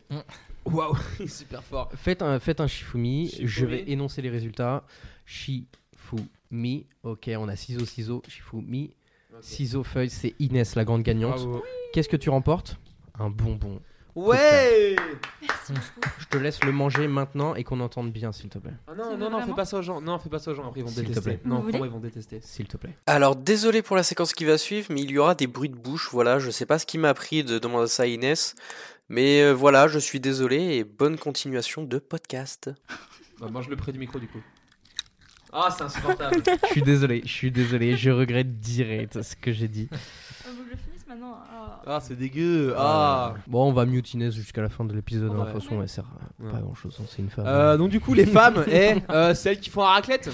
Waouh, super fort.
Faites un, faites un Shifumi,
Shifumi.
je vais énoncer les résultats. Shifumi, ok, on a ciseaux, ciseaux, Shifumi, ciseaux, feuille, c'est Inès, la grande gagnante.
Bravo.
Qu'est-ce que tu remportes Un bonbon.
Ouais
Merci beaucoup.
Je te laisse le manger maintenant et qu'on entende bien, s'il te plaît.
Ah
Tu
non,
veux
non, non,
vraiment
fais pas ça aux gens. Non, fais pas ça aux gens, après ils vont
S'il te
détester.
plaît.
Non,
Vous
pour moi
voulez
ils vont détester.
S'il te plaît.
Alors désolé pour la séquence qui va suivre, mais il y aura des bruits de bouche, voilà, je sais pas ce qui m'a pris de demander ça à Inès, mais euh, voilà, je suis désolé et bonne continuation de podcast.
Bah, mange le près du micro du coup. Ah, c'est insupportable.
Je suis désolé, je suis désolé, je regrette direct ce que j'ai dit.
Euh, Vous le finissez maintenant Oh. alors.
ah, c'est dégueu. Ah.
Euh, Bon, on va mute Inès jusqu'à la fin de l'épisode. hein, De
Ouais.
toute façon, elle sert à
Ouais.
pas grand chose, c'est une femme.
Euh, donc du coup, les femmes, eh, euh, celles qui font la raclette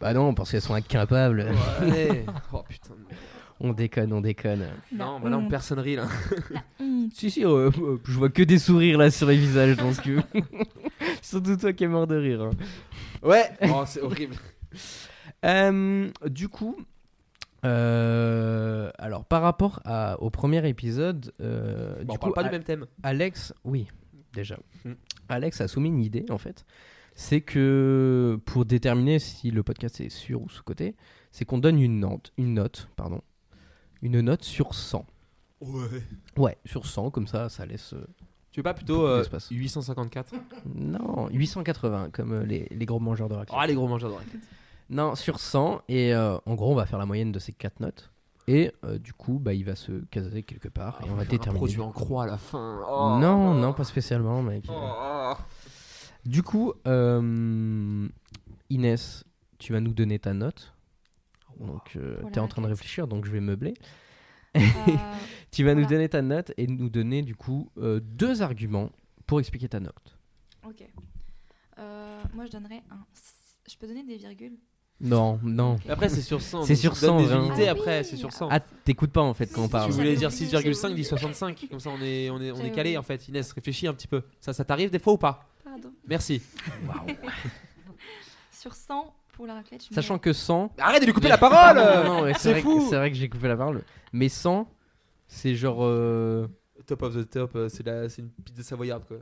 Bah non, parce qu'elles sont incapables.
Ouais. oh putain. de merde.
On déconne, on déconne.
La
Non, bah là, on
honte,
perd sonnerie là.
la honte.
Si, si, euh, euh, je vois que des sourires là sur les visages, donc que. Surtout toi qui es mort de rire. hein.
Ouais. Oh, c'est horrible.
Euh, du coup, euh, alors par rapport à- au premier épisode, euh,
Bon,
du
on parle
coup,
pas
à-
Bah, du ah. même thème.
Alex, oui, déjà.
Mm.
Alex a soumis une idée, en fait. C'est que pour déterminer si le podcast est sur ou sous-côté, c'est qu'on donne une note, une note, pardon, une note sur 100.
Ouais.
Ouais, sur 100, comme ça, ça laisse. euh,
Tu veux pas plutôt
Beaucoup
euh,
d'espace.
854
non, 880, comme euh, les, les gros mangeurs de raclette.
Ah, les gros mangeurs de raclette.
Non, sur 100, et euh, en gros, on va faire la moyenne de ces quatre notes. Et euh, du coup, bah, il va se caser quelque
Ah,
part, et on va
Un
déterminer.
produit en croix à la fin. Oh.
Non, non, pas spécialement, mec.
Oh.
Du coup, euh, Inès, tu vas nous donner ta note. Donc, euh,
Pour la
t'es en train de
raquette.
réfléchir, donc je vais meubler.
Euh,
Tu vas nous
Voilà.
donner ta note et nous donner du coup euh, deux arguments pour expliquer ta note.
ok. Euh, moi, je donnerais un. s- Je peux donner des virgules
Non, non.
Après, c'est sur 100.
C'est
donc
sur
tu
100,
donnes des
hein.
unités
Ah
après,
oui.
c'est sur 100.
Ah, t'écoutes pas en fait quand on
Si, si,
Tu
parle.
si.
voulais
J'avais
dire
oublié,
6,5,
j'avais
dis 65. Comme ça, on est, on est, on est
J'avais
calé
oublié.
en fait. Inès, réfléchis un petit peu. Ça, ça t'arrive des fois ou pas
Pardon.
Merci.
Sur 100 pour la raclette, je mets-
Sachant que 100.
Mais Arrête de lui couper la parole
Non, non, ouais,
C'est
vrai que-
fou.
C'est vrai que j'ai coupé la parole. Mais 100, c'est genre. euh,
Top of the top, euh, c'est la- c'est une pizza savoyarde quoi.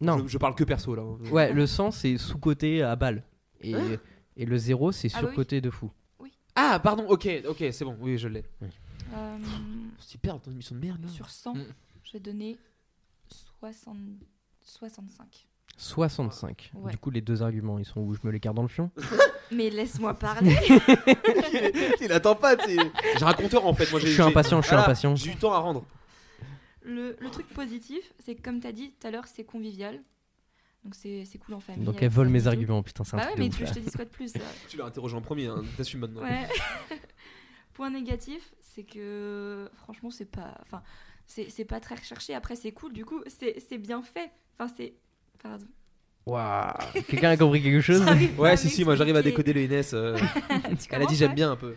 Non.
Je, je parle que perso là. hein.
Ouais, le 100, c'est sous-côté à balle. Et, et le 0, c'est
Hein Ah bah oui.
sur-côté de fou.
Ah, pardon, ok, ok, c'est bon, oui, je l'ai.
Euh,
C'est hyper ton émission de merde là.
sur 100,
Hmm.
Mm.
je vais donner 60... 65.
65.
Ouais.
Du coup, les deux arguments, ils sont où Je me les garde dans le fion
Mais laisse-moi parler.
Il attend pas, tu sais. J'ai un compteur en fait, moi j'ai.
Je suis
j'ai-
impatient, je suis
Voilà,
impatient.
J'ai du temps à rendre.
Le, le truc positif, c'est que comme t'as dit tout à l'heure, c'est convivial. Donc c'est c'est cool en famille.
Donc
avec
elle vole
famille et
mes
tout.
arguments, putain, c'est un
Bah ouais,
truc de
mais
ouf,
tu,
là.
je te dis quoi de plus euh. là.
Tu l'as interrogé en premier, hein, t'assumes maintenant.
Ouais. Point négatif, c'est que franchement, c'est pas, enfin, c'est c'est pas très recherché. Après, c'est cool, du coup, c'est c'est bien fait. Enfin, c'est. Pardon.
Waouh. Quelqu'un a compris quelque chose
J'arrive pas
Ouais,
à
si, si, moi j'arrive à
m'expliquer.
décoder le Inès. euh,
Tu
elle a
commences,
dit j'aime
ouais
bien un peu.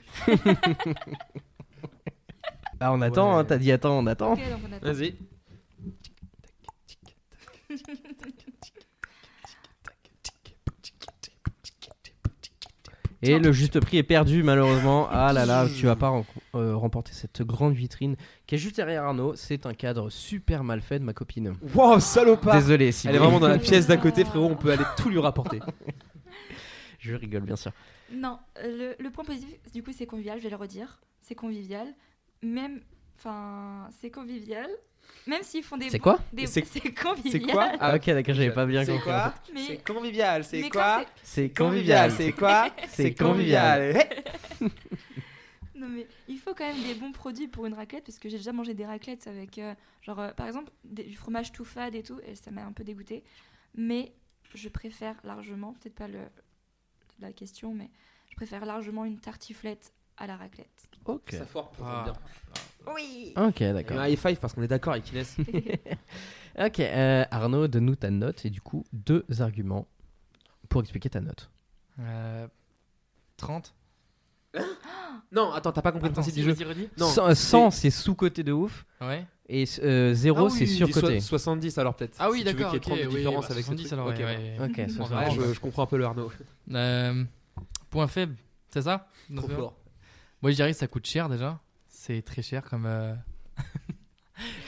Ah, on attend,
Ouais.
hein, t'as dit attends, on attend.
Ok, donc on attend.
Vas-y.
Et le juste prix est perdu, malheureusement. Ah là là, tu vas pas ren- euh, remporter cette grande vitrine qui est juste derrière Arnaud. C'est un cadre super mal fait de ma copine.
Wow, salopard
Désolé, si
Elle est vraiment dans la
Ah.
pièce d'à côté, frérot, on peut aller tout lui rapporter.
Je rigole, bien sûr.
Non, euh, le, le point positif, du coup, c'est convivial, je vais le redire. C'est convivial. Même. Enfin, c'est convivial. Même s'ils font des.
C'est quoi
des-
C'est-
C'est
C'est
convivial.
quoi
Ah, ok, d'accord, j'avais pas bien
C'est
compris. en
quoi
fait.
Mais-
C'est convivial, c'est
mais
quoi
quand c'est-
C'est
Convivial,
convivial.
c'est quoi
C'est convivial.
convivial. Eh, Hey
Non, mais il faut quand même des bons produits pour une raclette, parce que j'ai déjà mangé des raclettes avec, euh, genre, euh, par exemple, des- du fromage tout fade et tout, et ça m'a un peu dégoûté. Mais je préfère largement, peut-être pas le, la question, mais je préfère largement une tartiflette à la raclette.
Ok.
Ça fort pour
Ah.
bien.
Oui
Ok,
Et
d'accord.
un high five parce qu'on est d'accord avec Inès.
Ok, euh, Arnaud, donne-nous ta note et du coup, deux arguments pour expliquer ta note.
Euh, 30.
non, attends, t'as pas compris
Attends,
le principe
si,
du jeu.
vas-y, redis.
Non,
100, c'est sous-côté de ouf
Ouais.
et 0,
Ah oui,
c'est
il dit
surcoté.
so- 70 alors peut-être.
Ah oui,
Si tu veux
d'accord.
qu'il y ait
ok,
30 de
oui,
différence
bah,
avec ce
70
truc.
alors,
Ok,
ouais,
ouais.
ouais, ouais.
Ok, ça,
Bon, bah,
ça
ouais,
marche.
je-
je, je comprends un peu le Arnaud.
Euh, point faible, c'est ça
Trop
Donc,
fort.
Moi, je dirais que ça coûte cher déjà. C'est très cher comme. euh,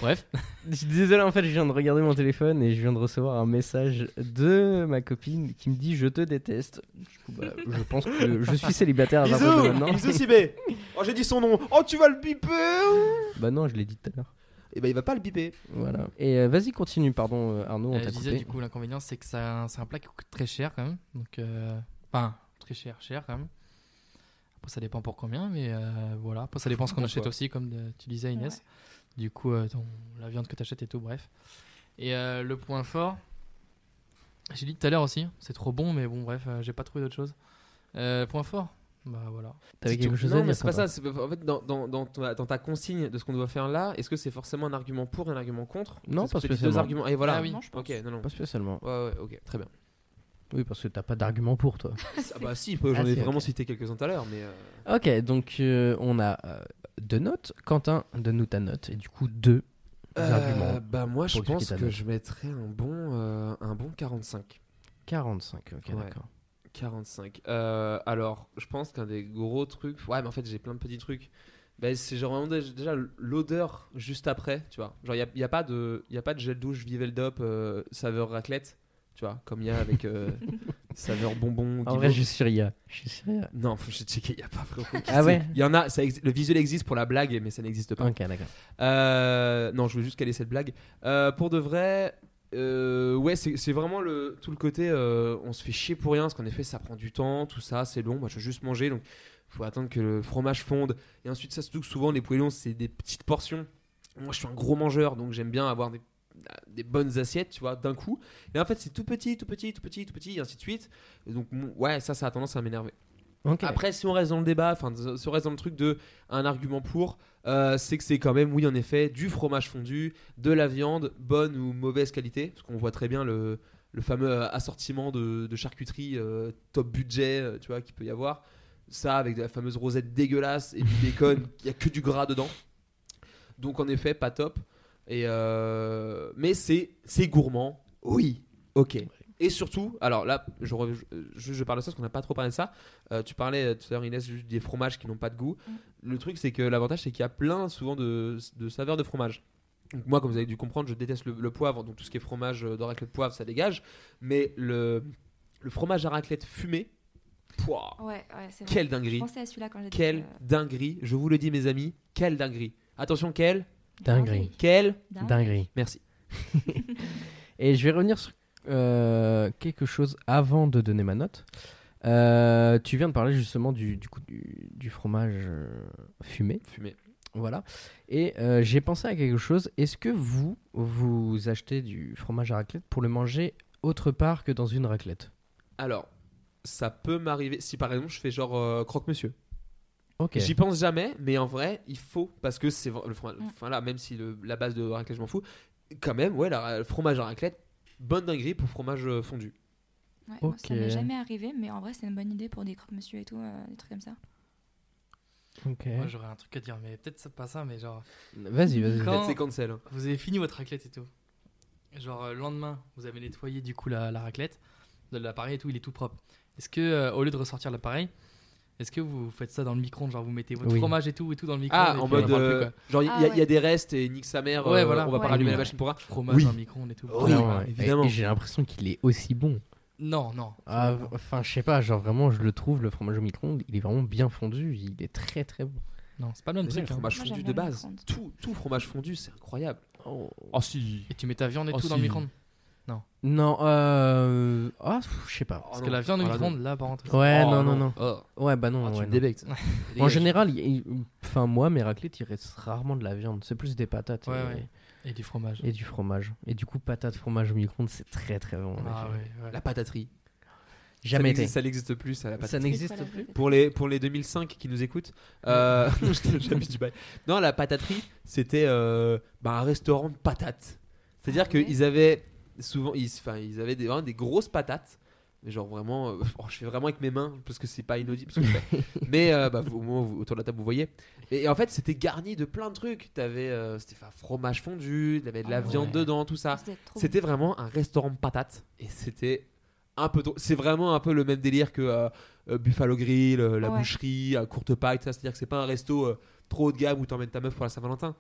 Bref.
Je suis désolé, en fait, je viens de regarder mon téléphone et je viens de recevoir un message de ma copine qui me dit Je te déteste. Du coup, bah, je pense que je suis célibataire à partir de Ah, bah, maintenant.
Sibé. Oh, j'ai dit son nom. Oh, tu vas le biper.
Bah non, je l'ai dit tout à l'heure.
Et ben, il va pas le biper.
Voilà. Et euh, vas-y, continue, pardon, euh, Arnaud, on
Euh,
t'a
je disais,
coupé.
du coup, l'inconvénient, c'est que ça- c'est un plat qui coûte très cher quand même. Donc, euh, Enfin, très cher, cher quand même. Après, ça dépend pour combien, mais euh, voilà. Après, ça dépend ce qu'on achète
Pourquoi
aussi, comme euh, tu disais, Inès. Du coup, euh, ton- la viande que t'achètes et tout, bref. Et euh, le point fort, j'ai dit tout à l'heure aussi, c'est trop bon, mais bon, bref, euh, j'ai pas trouvé d'autre chose. Euh, point fort Bah voilà.
T'avais
C'est
quelque
tout.
chose à
Non,
dire
mais c'est pas
toi
ça. c'est- En fait, dans, dans, dans, ta, dans ta consigne de ce qu'on doit faire là, est-ce que c'est forcément un argument pour et un argument contre
Non,
Parce
pas
que c'est deux
spécialement.
arguments. Et voilà.
Ah oui.
Non, je pense.
Ok, non, non.
Pas spécialement.
Ouais, ouais, ok, très bien.
Oui, parce que t'as pas d'argument pour toi.
Ah bah si, peu, j'en
Ah,
ai
si,
vraiment
ok.
cité quelques-uns tout à l'heure, mais. euh,
ok, donc euh, on a euh, deux notes. Quentin, donne-nous ta note. Et du coup, deux
euh,
arguments.
Bah moi, je
pour expliquer
pense
ta
que
note.
je mettrais un bon, euh, un bon 45.
45, ok,
Ouais.
d'accord.
45. Euh, alors, je pense qu'un des gros trucs. Ouais, mais en fait, j'ai plein de petits trucs. Ben, c'est genre vraiment dé- déjà l'odeur juste après, tu vois. Genre, il n'y a, y a pas de y a pas de gel douche, Vivel Dop, euh, saveur raclette, tu vois, comme il y a avec euh, saveur bonbon.
En vrai, je suis Ria. Je suis Ria.
Non, faut- j'ai checké, il n'y a pas vraiment.
Ah ouais
Il y en a, ça ex- le visuel existe pour la blague, mais ça n'existe pas.
Ok, d'accord.
Euh, non, je voulais juste caler cette blague. Euh, pour de vrai, euh, ouais, c'est c'est vraiment le, tout le côté euh, on se fait chier pour rien, parce qu'en effet, ça prend du temps, tout ça, c'est long. Moi, je veux juste manger, donc faut attendre que le fromage fonde. Et ensuite, ça se trouve souvent, les poêlons, c'est des petites portions. Moi, je suis un gros mangeur, donc j'aime bien avoir des, des bonnes assiettes, tu vois, d'un coup. Et en fait, c'est tout petit, tout petit, tout petit, tout petit, et ainsi de suite. Et donc, mon- ouais, ça, ça a tendance à m'énerver.
Ok.
Après, si on reste dans le débat, enfin, si on reste dans le truc de un argument pour, euh, c'est que c'est quand même, oui, en effet, du fromage fondu, de la viande, bonne ou mauvaise qualité, parce qu'on voit très bien le, le fameux assortiment de, de charcuterie euh, top budget, euh, tu vois, qu'il peut y avoir. Ça, avec de la fameuse rosette dégueulasse et du bacon, il y a que du gras dedans. Donc, en effet, pas top. Et euh, mais c'est c'est gourmand, oui, ok. Et surtout, alors là, je, rev- je, je parle de ça parce qu'on n'a pas trop parlé de ça. Euh, tu parlais euh, tout à l'heure, Inès, juste des fromages qui n'ont pas de goût. Le truc, c'est que l'avantage, c'est qu'il y a plein souvent de, de saveurs de fromage. Donc moi, comme vous avez dû comprendre, je déteste le, le poivre, donc tout ce qui est fromage euh, de raclette poivre, ça dégage. Mais le, le fromage à raclette fumé, pouah,
Ouais, ouais, c'est vrai.
quelle
Je
dinguerie,
pensais à celui-là quand j'ai dit.
quelle
euh,
dinguerie, je vous le dis mes amis, quelle dinguerie. Attention, quelle,
Dinguerie.
quelle,
dingue.
Dinguerie.
merci.
Et je vais revenir sur euh, quelque chose avant de donner ma note. Euh, tu viens de parler justement du, du, coup, du, du fromage euh, fumé.
Fumé.
Voilà. Et euh, j'ai pensé à quelque chose. Est-ce que vous, vous achetez du fromage à raclette pour le manger autre part que dans une raclette
Alors, ça peut m'arriver, si par exemple je fais genre euh, croque-monsieur.
Ok.
J'y pense jamais, mais en vrai, il faut parce que c'est vra- le fromage.
Mm.
Enfin là, même si le- la base de raclette, je m'en fous, quand même, ouais, la- le fromage à raclette, bonne dinguerie pour fromage euh, fondu.
Ouais, moi, ça m'est
Ok.
jamais arrivé, mais en vrai, c'est une bonne idée pour des croque-monsieur et tout, euh, des trucs comme ça.
Ok.
Moi, j'aurais un truc à dire, mais peut-être ça- pas ça, mais genre,
Vas-y, vas-y.
Quand-
Peut-être c'est cancel. hein.
vous avez fini votre raclette et tout. Genre, euh, le lendemain, vous avez nettoyé du coup la, la raclette, de l'appareil et tout, il est tout propre. Est-ce que, euh, au lieu de ressortir l'appareil, est-ce que vous faites ça dans le micro-ondes Genre, vous mettez votre
Oui.
fromage et tout, et tout dans le micro-ondes
Ah,
et
en
puis on en
mode
parle
euh,
plus, quoi.
genre il y, a-
Ah
il y a-
ouais.
il y a des restes et nique sa mère.
Ouais,
euh,
voilà.
On va pas
Ouais.
rallumer la
Oui.
machine pour rien.
Fromage
Oui.
dans le micro-ondes et tout.
Oui.
Ah ouais.
évidemment.
Et- et j'ai l'impression qu'il est aussi bon.
Non, non.
Ah, v- Enfin, je sais pas, genre vraiment, je le trouve, le fromage au micro-ondes, il est vraiment bien fondu, il est très très bon.
Non, c'est pas le même
Déjà, le
truc. hein.
fromage
Moi,
fondu
j'aime
de
bien le
base.
micro-ondes.
Tout, tout fromage fondu, c'est incroyable. Oh, si.
Et tu mets ta viande et
Oh,
tout dans le
si.
micro-ondes.
Non, euh. Ah, pff, je sais pas.
Parce que la viande au
Ah, là,
micro-ondes, là, par contre.
Ouais,
Oh,
non, non, non.
Oh,
Ouais, bah non.
ah, tu
ouais,
me
non.
débectes.
En général, il- il- enfin, moi, mes raclettes, il reste rarement de la viande. C'est plus des patates
Ouais,
et,
ouais. Et du fromage.
et du fromage. Et du coup, patate, fromage au micro-ondes, c'est très très bon. en
Ah
effet.
ouais, ouais.
La pataterie.
Jamais
ça
été.
n'existe- Ça n'existe plus, ça, la
Ça
pataterie.
C'est quoi,
n'existe
la
plus.
vraie
Pour les, pour les 2005 qui nous écoutent, euh, j'abuse du bail. Non, la pataterie, c'était euh, bah, un restaurant de patates. C'est-à-dire
Ah ouais.
qu'ils avaient souvent, ils, enfin, ils avaient des, vraiment des grosses patates. Mais genre vraiment, euh, oh, je fais vraiment avec mes mains parce que c'est pas inaudible. ce que je fais. Mais euh, bah, vous- au moins, vous- autour de la table, vous voyez. Et, et en fait, c'était garni de plein de trucs. T'avais, euh, c'était enfin, fromage fondu, t'avais de la
Ah
viande
ouais.
dedans, tout ça.
Ça doit être trop bon.
C'était vraiment un restaurant de patates et c'était un peu trop- c'est vraiment un peu le même délire que euh, euh, Buffalo Grill, euh, la
Ouais.
boucherie, euh, courte paille, tout ça, c'est-à-dire que c'est pas un resto euh, trop haut de gamme où t'emmènes ta meuf pour la Saint-Valentin.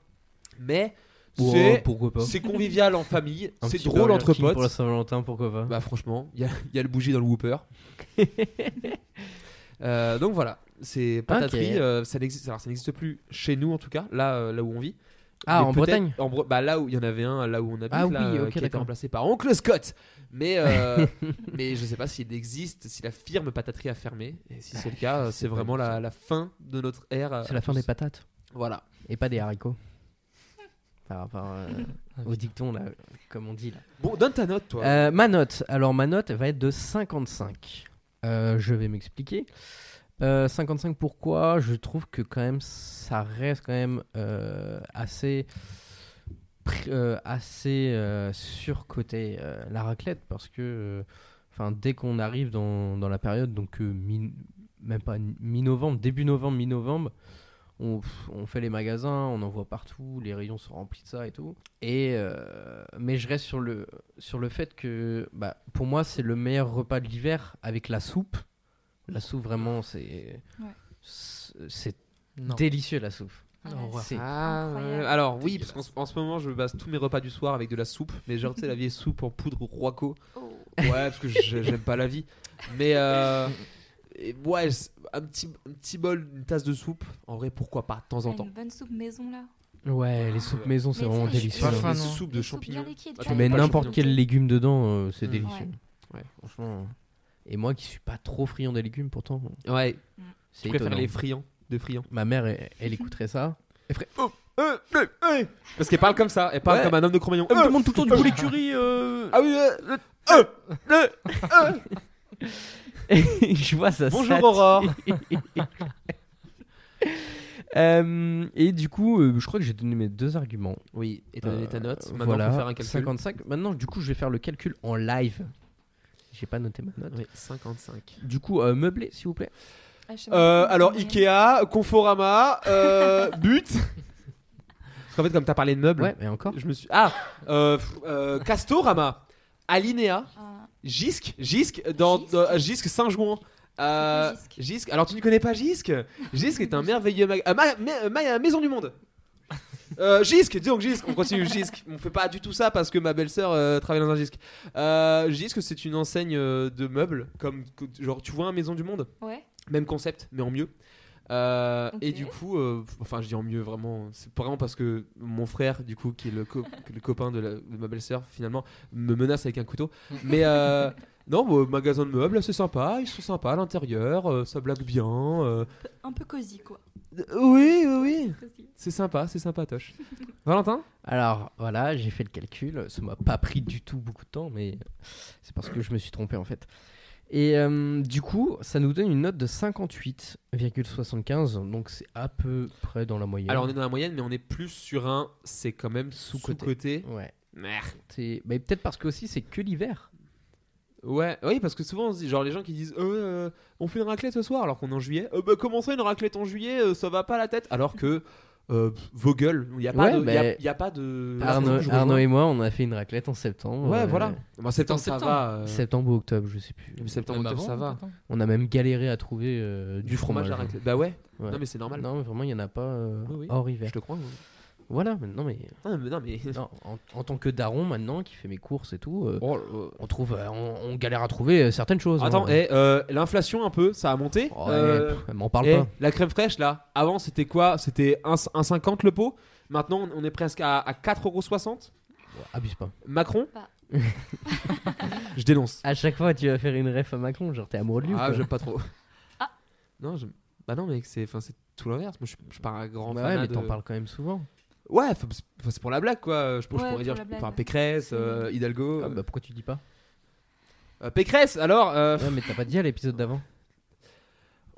Mais
Oh,
c'est
pourquoi pas
c'est convivial en famille,
Un
c'est
petit
drôle
Burger
entre
King Pour la
potes.
Saint-Valentin, pourquoi pas
Bah franchement, il y a, il y a le bougie dans le Whooper. Euh, donc voilà, c'est pataterie,
Ok.
euh, ça n'existe alors ça n'existe plus chez nous en tout cas, là euh, là où on vit.
Ah,
Mais
en
peut-être-
Bretagne
en Bre- bah, Là où il y en avait un, là où on habite,
Ah
là,
oui,
euh,
ok,
qui a été
d'accord.
remplacé par Oncle Scott. Mais, euh, mais je sais pas s'il existe, si la firme pataterie a fermé. Et si c'est le cas, euh, c'est
pas
vraiment
du
la, la fin de notre ère. euh,
Ah, C'est la fin des patates
Voilà.
et pas des haricots. Par rapport euh,
Ah,
au dicton, là, comme on dit là.
Bon, donne ta note, toi.
Euh, ma note, alors ma note va être de 55. Euh, je vais m'expliquer. Euh, 55 pourquoi Je trouve que quand même ça reste quand même euh, assez pr- euh, assez euh, surcoté euh, la raclette parce que euh, enfin dès qu'on arrive dans, dans la période donc euh, mi- même pas mi-novembre début novembre mi-novembre on, pff, on fait les magasins on en voit partout les rayons sont remplis de ça et tout et euh, mais je reste sur le sur le fait que bah, pour moi c'est le meilleur repas de l'hiver avec la soupe. La soupe vraiment c'est
Ouais.
c'est c'est
Non.
délicieux la soupe.
Ah,
Au revoir.
C'est-
Ah,
incroyable.
ouais. alors oui, parce qu'en ce- en ce moment je base tous mes repas du soir avec de la soupe, mais genre tu sais la vieille soupe en poudre roico.
Oh.
Ouais, parce que je- j'aime pas la vie. Mais euh, et ouais, c'est- un petit, un petit bol, une tasse de soupe, en vrai pourquoi pas, de temps en
Ah,
temps.
Une bonne soupe maison là.
Ouais, les soupes maison c'est
Mais
vraiment
ça, je-
délicieux. hein.
Pas fin,
Des
non.
soupes de
Une soupe
champignons.
bien liquide,
Ah,
tu
Tu
vois.
mets
pas
n'importe
champignons.
quel légume dedans, euh, c'est
Mm.
délicieux.
Ouais.
Franchement. Et moi qui suis pas trop friand des légumes pourtant,
Ouais,
c'est
je préfère
étonnant.
les friands de friands.
Ma mère elle, elle écouterait ça.
Parce qu'elle parle comme ça, elle parle
Euh, Ouais.
comme un homme de Cro-Magnon.
Elle me demande tout le temps du poulet
curry. Ah oui, euh, le- euh, le-
je vois ça.
Bonjour, Aurore.
Euh, et du coup, euh, je crois que j'ai donné mes deux arguments.
Oui, et t'as donné ta
Euh,
note. Maintenant,
voilà,
faut faire un calcul.
55. Maintenant, du coup, je vais faire le calcul en live. J'ai pas noté ma note.
Oui, 55.
Du coup, euh, meublé, s'il vous plaît.
Ah, je sais
Euh,
pas comment
alors,
on dit.
Ikea, Conforama, euh, But. Parce qu'en fait, comme t'as parlé de meubles,
Ouais, mais encore.
je me suis. Ah euh, pff, euh, Castorama, Alinea,
Ah,
Gisque, Gisque, dans,
Gisque
dans- Gisque Saint-Jouan. Euh,
C'est quoi,
Gisque, alors tu ne connais pas Gisque Gisque est un merveilleux mag- euh, ma- ma- ma- maison du monde. Euh, Gisque, disons que Gisque, on continue Gisque. On fait pas du tout ça parce que ma belle-sœur euh, travaille dans un Gisque. Euh, Gisque, c'est une enseigne euh, de meubles, comme que- genre tu vois un maison du monde,
Ouais.
même concept, mais en mieux. Euh,
Ok.
Et du coup, euh, enfin je dis en mieux vraiment, c'est vraiment parce que mon frère, du coup, qui est le, co- le copain de, la- de ma belle-sœur finalement, me menace avec un couteau. Mais euh, non, bon, magasin de meubles, c'est sympa, ils sont sympas à l'intérieur, euh, ça blague bien. euh.
Un peu cosy quoi.
Oui, oui, oui.
Cosy.
C'est sympa, c'est sympa, Toche. Valentin
Alors, voilà, j'ai fait le calcul. Ça m'a pas pris du tout beaucoup de temps, mais c'est parce que je me suis trompé en fait. Et euh, du coup, ça nous donne une note de 58,75. Donc, c'est à peu près dans la moyenne.
Alors on est dans la moyenne, mais on est plus sur un, c'est quand même
Sous-côté.
sous-côté.
Ouais.
Merde.
C'est- bah, peut-être parce que aussi c'est que l'hiver.
Ouais, oui, parce que souvent, on se dit- genre les gens qui disent Euh, euh, on fait une raclette ce soir alors qu'on est en juillet. Euh, bah, comment ça, une raclette en juillet euh, Ça va pas la tête Alors que euh, pff, vos gueules, il n'y a, pas
Ouais,
de- il y a,
mais-
il y a pas de.
Arnaud,
Je rejoins.
Arnaud et moi, on a fait une raclette en septembre.
Ouais,
euh,
voilà. Bah, septembre, ça
septembre.
va. euh,
Septembre ou octobre, je sais plus.
mais septembre,
Même
octobre,
avant,
ça va.
attends.
On a même galéré à trouver euh,
Du fromage à
hein.
raclette. Bah ouais,
Ouais.
non, mais c'est normal.
Non, mais vraiment, il n'y en a pas euh,
Oui, oui.
hors hiver.
Je te crois. ouais.
Voilà, maintenant, mais.
Non, mais. Non, mais...
non, en, en tant que daron, maintenant, qui fait mes courses et tout, euh,
Oh, euh,
on, trouve, euh, on, on galère à trouver euh, certaines choses.
Attends,
hein.
eh, euh, l'inflation un peu, ça a monté.
Oh, eh,
Euh,
pff, elle m'en parle
eh,
pas.
la crème fraîche là, avant c'était quoi C'était 1,50 le pot. Maintenant on est presque à, à 4,60€.
Ouais, abuse pas.
Macron
Pas.
Je dénonce.
À chaque fois, tu vas faire une ref à Macron, genre t'es amoureux de lui. ou
Ah,
quoi
j'aime pas trop.
Ah.
Non, j'aime- bah non, mec, c'est enfin, c'est tout l'inverse. Moi je suis- je suis pas un grand
Bah
fan.
ouais, mais t'en parles quand même souvent.
Ouais, enfin, c'est enfin, c'est pour la blague quoi. Je, je
Ouais,
pourrais
pour
dire
la blague, Mm.
enfin,
ouais.
Pécresse,
C'est-
euh, Hidalgo.
Ah, bah pourquoi tu dis pas
euh, Pécresse alors euh,
Ouais, mais t'as pas dit à l'épisode d'avant.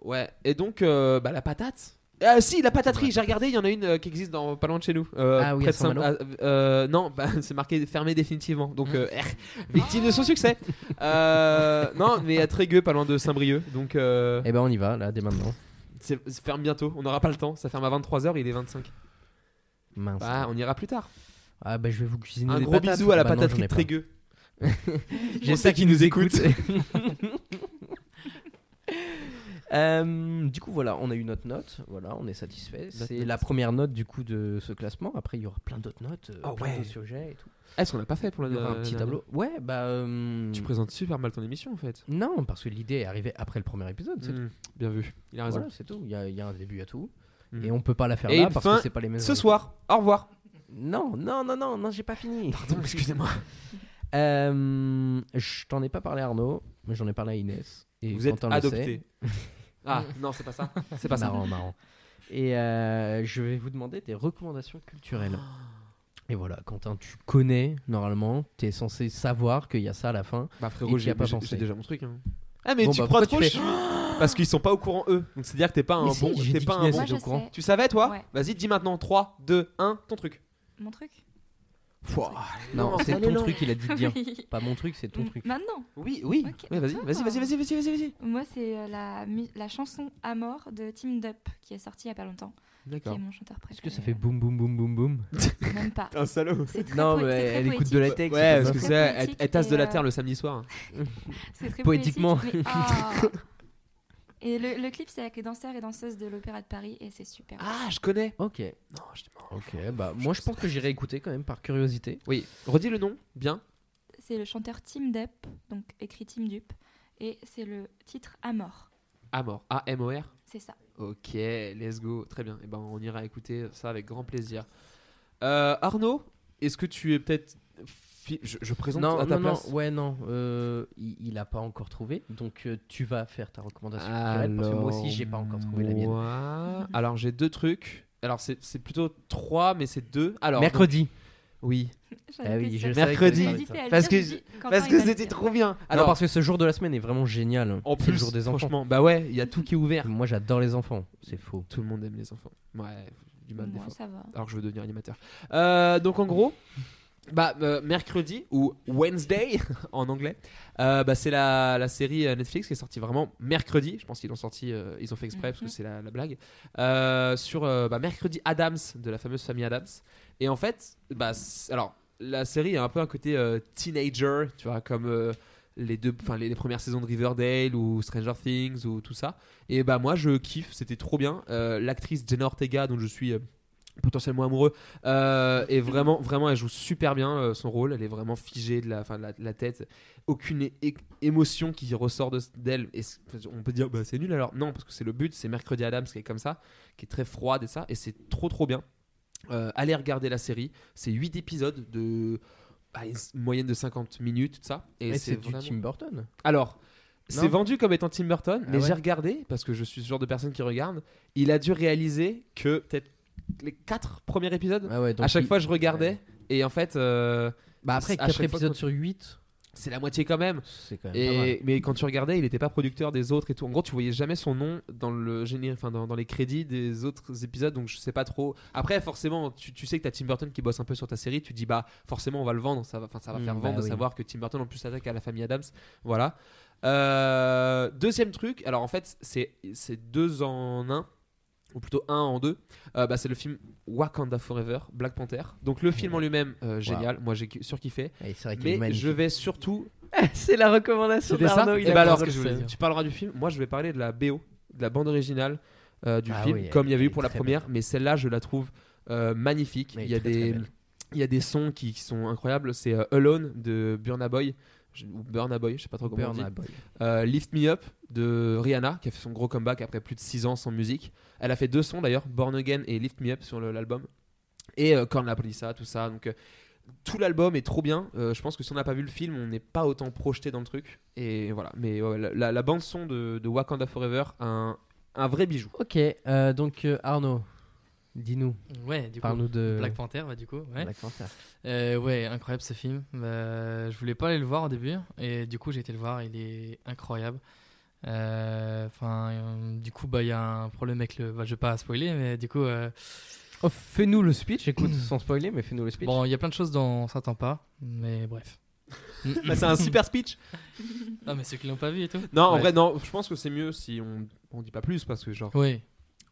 Ouais, et donc, euh, bah, la patate Ah si, la pataterie, j'ai regardé, il y en a une euh, qui existe dans, pas loin de chez nous. Euh,
Ah oui,
près
à
de Saint-
Saint-Malo. Mm.
ah, euh, Non, bah, c'est marqué fermé définitivement, donc euh, victime de son succès. Euh, non, mais à Trégueux, pas loin de Saint-Brieuc, donc euh,
Eh ben, on y va, là, dès maintenant.
c'est c'est ferme bientôt, on n'aura pas le temps, ça ferme à 23h, il est 25.
Mince.
Bah, on ira plus tard.
Ah, bah, je vais vous cuisiner
Un
des
gros
patates.
bisou à la
Bah non, j'en ai
pataterie de
pas.
Trégueux.
J'ai
On
ça
sait
qui
qu'ils
nous
nous
écoute. Euh, du coup, voilà, on a eu notre note. Voilà, on est satisfait.
Notre
C'est
note.
la première note du coup de ce classement. Après, il y aura plein d'autres notes, euh,
Ah
plein
ouais.
d'autres sujets et tout.
Est-ce qu'on n'a pas fait pour la
Il y aura un petit
la-
tableau. Ouais, bah. euh,
Tu présentes super mal ton émission en fait.
Non, parce que l'idée est arrivée après le premier épisode. C'est tout.
Mm, Bien vu, il a raison.
Voilà, c'est tout. Il y, a- il y a un début à tout.
Mm.
Et on peut pas la faire
Et
là
une
parce
fin
que c'est pas les mêmes.
Ce soir, au revoir.
Non, non, non, non, non, j'ai pas fini.
Pardon, excusez-moi.
Euh, je t'en ai pas parlé à Arnaud, mais j'en ai parlé à Inès. Et
Vous êtes
Quentin le sait.
adopté. Ah non, c'est pas ça. C'est pas ça.
marrant, marrant. Et euh, je vais vous demander des recommandations culturelles. Et voilà, Quentin, tu connais normalement, tu es censé savoir qu'il y a ça à la fin.
Bah
Et
frérot,
tu y
j'ai
as pas
j'ai-
pensé.
j'ai déjà mon truc. hein. Ah mais
Bon,
tu
bah,
crois
pourquoi
trop
tu fais-
ch- parce qu'ils sont pas au courant eux. Donc c'est à dire que t'es pas un
Mais
bon,
si, j'ai
t'es
dit
pas
qu'il
un
y
bon.
Moi,
j'étais
je
au courant.
sais.
Tu savais toi
Ouais.
Vas-y, dis maintenant 3 2 1 ton truc.
Mon truc
Pouah.
Non,
Non,
c'est
allez,
ton
non. Mm,
truc, il a dit de dire.
Oui.
Pas mon truc, c'est ton
M-
truc.
Maintenant,
Oui, oui.
Ok,
Ouais, vas-y,
d'accord.
vas-y, vas-y, vas-y, vas-y, vas-y, vas-y.
moi, c'est euh, la, mu- la chanson À mort de Team Dup qui est sortie il y a pas longtemps, qui est
D'accord.
mon chanteur préféré.
Est-ce que ça fait boum boum boum boum boum
Même pas.
Un salaud.
C'est très
Non,
poé-
mais
c'est très
elle écoute
poétique.
de la tech.
Ouais,
c'est
parce
pour
que
ça.
ça.
c'est elle,
Poétique
elle tasse de la
et, euh,
terre le samedi soir. hein.
C'est très
Poétiquement.
poétique, mais- ah. et le, le clip, c'est avec les danseurs et danseuses de l'Opéra de Paris et c'est super.
Ah, je connais.
Ok,
Non, je t'ai marre.
ok, bah moi je pense que j'irai écouter quand même par curiosité.
Oui, redis le nom. Bien.
C'est le chanteur Team Dup, donc écrit Team Dup, et c'est le titre À mort.
Amor. A M O R.
C'est ça.
Ok, let's go. Très bien. Et ben, on ira écouter ça avec grand plaisir. Euh, Arnaud, est-ce que tu es peut-être. fi- Je, je présente
non,
à ta
non,
place.
non, ouais, non, euh, il, il a pas encore trouvé, donc euh, tu vas faire ta recommandation culturelle parce que moi aussi j'ai pas encore trouvé la mienne.
moi- Alors, j'ai deux trucs. Alors, c'est c'est plutôt trois, mais c'est deux. Alors,
Mercredi.
donc- oui.
Ah oui, je savais que
Mercredi.
t'allais parler de ça.
J'hésitais à le
Parce
dire,
que-
j'ai dit, Quentin,
Parce
il
que
va le dire.
c'était trop bien.
Alors
Alors,
parce que ce jour de la semaine est vraiment génial.
en
C'est
plus,
le jour des enfants.
franchement, bah ouais, il y a tout qui est ouvert.
Moi j'adore les enfants, c'est faux.
Tout le monde aime les enfants. Ouais, du mal des
Moi,
fois.
ça va.
alors que je veux devenir animateur. Euh, donc en gros, bah, euh, mercredi ou Wednesday en anglais, euh, bah, c'est la, la série euh, Netflix qui est sortie vraiment mercredi. Je pense qu'ils l'ont sorti, euh, ils ont fait exprès parce que
Mhm.
c'est la, la blague. Euh, sur euh, bah, mercredi Adams de la fameuse famille Adams. Et en fait, bah, c'est- alors la série a un peu un côté euh, teenager, tu vois, comme euh, les deux, enfin les, les premières saisons de Riverdale ou Stranger Things ou tout ça. Et bah moi je kiffe, c'était trop bien. Euh, L'actrice Jenna Ortega, dont je suis euh, potentiellement amoureux, euh, et vraiment, vraiment, elle joue super bien euh, son rôle. Elle est vraiment figée de la, fin, de la, de la tête. Aucune é- é- émotion qui ressort de- d'elle. Et c'est- on peut dire bah c'est nul alors. Non, parce que c'est le but. C'est Mercredi Adams qui est comme ça, qui est très froide et ça. Et c'est trop, trop bien. Euh, allez regarder la série. C'est 8 épisodes de bah, une s- moyenne de 50 minutes, tout ça. Et,
Et
c'est
c'est du
vraiment-
Tim Burton.
alors,
Non
c'est vendu comme étant Tim Burton,
Ah
mais
ouais.
j'ai regardé, parce que je suis ce genre de personne qui regarde, il a dû réaliser que peut-être les quatre premiers épisodes,
Ah ouais, donc
à chaque
il-
fois je regardais,
Ouais.
et en fait, euh,
Bah après
à
4
chaque fois
épisodes
qu'on-
sur 8,
c'est la moitié quand même.
c'est quand même pas mal.
Et, mais quand tu regardais, il n'était pas producteur des autres et tout. En gros, tu voyais jamais son nom dans le générique, enfin dans, dans les crédits des autres épisodes. Donc je sais pas trop. Après, forcément, tu, tu sais que t'as Tim Burton qui bosse un peu sur ta série. Tu dis bah forcément on va le vendre. Ça va, enfin ça va
Mm,
faire
bah
vendre de
oui.
savoir que Tim Burton en plus s'attaque à la famille Adams. Voilà. Euh, deuxième truc. Alors en fait, c'est c'est deux en un ou plutôt un en deux. Euh, bah, c'est le film Wakanda Forever, Black Panther. Donc le film en lui-même euh, génial. Moi j'ai surkiffé.
Et Ah, c'est vrai qu'il est
Mais
magnifique.
je vais surtout
c'est la recommandation
c'était ça Eh
il a
ben
pas
alors,
osé le
je-
faire.
tu parleras du film. Moi, je vais parler de la BO, de la bande originale euh, du
Ah
film,
oui, elle-
comme il y avait
elle
eu pour
est
la
très
première. Mais celle-là, je la trouve euh, magnifique.
Ouais,
il, y a
très, très
des,
belle.
il y a des sons qui, qui sont incroyables. C'est euh, Alone de Burna Boy, je- ou Burna Boy, je sais pas trop comment on dit.
Burna Boy.
Euh, Lift Me Up de Rihanna, qui a fait son gros comeback après plus de 6 ans sans musique. Elle a fait deux sons d'ailleurs, Born Again et Lift Me Up sur le- l'album. Et euh, Korn l'a pris ça, tout ça. Donc euh, tout l'album est trop bien. Euh, je pense que si on n'a pas vu le film, on n'est pas autant projeté dans le truc. Et voilà. Mais ouais, la, la- la bande son de, de Wakanda Forever, un, un vrai bijou.
Ok, euh, donc euh, Arnaud, dis-nous,
Ouais, du coup.
parle-nous
euh,
de
Black Panther, bah, du coup. Ouais.
Black Panther.
Euh, ouais, incroyable ce film. Bah, je voulais pas aller le voir au début, et du coup j'ai été le voir, il est incroyable. Euh, Enfin, euh, du coup, bah, il y a un problème avec le. Bah, je vais pas spoiler, mais du coup, euh,
Oh, fais-nous le speech, écoute, sans spoiler, mais fais-nous le speech.
bon, il y a plein de choses dont on s'attend pas, mais bref.
Bah, c'est un super speech.
Ah, mais ceux qui l'ont pas vu et tout.
Non, en
Ouais.
vrai, non. Je pense que c'est mieux si on on dit pas plus parce que genre
Oui,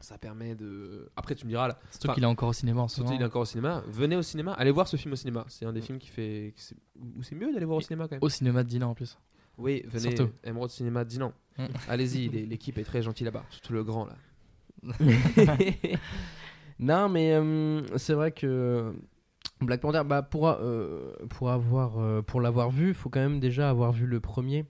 ça permet de. Après, tu me diras. là,
surtout
Enfin,
qu'il est encore au cinéma en ce
Surtout,
moment.
il est encore au cinéma. Venez au cinéma. Allez voir ce film au cinéma. C'est
Mm.
un des films qui fait. qui c'est- Où c'est mieux d'aller voir au cinéma quand même.
Au cinéma de Dylan en plus.
Oui, venez.
Surtout.
Emerald Cinéma, dis non.
Mm.
Allez-y, les- l'équipe est très gentille là-bas. Surtout le grand là.
non, mais euh, c'est vrai que Black Panther, bah, pour, euh, pour, avoir, euh, pour l'avoir vu, faut quand même déjà avoir vu le premier.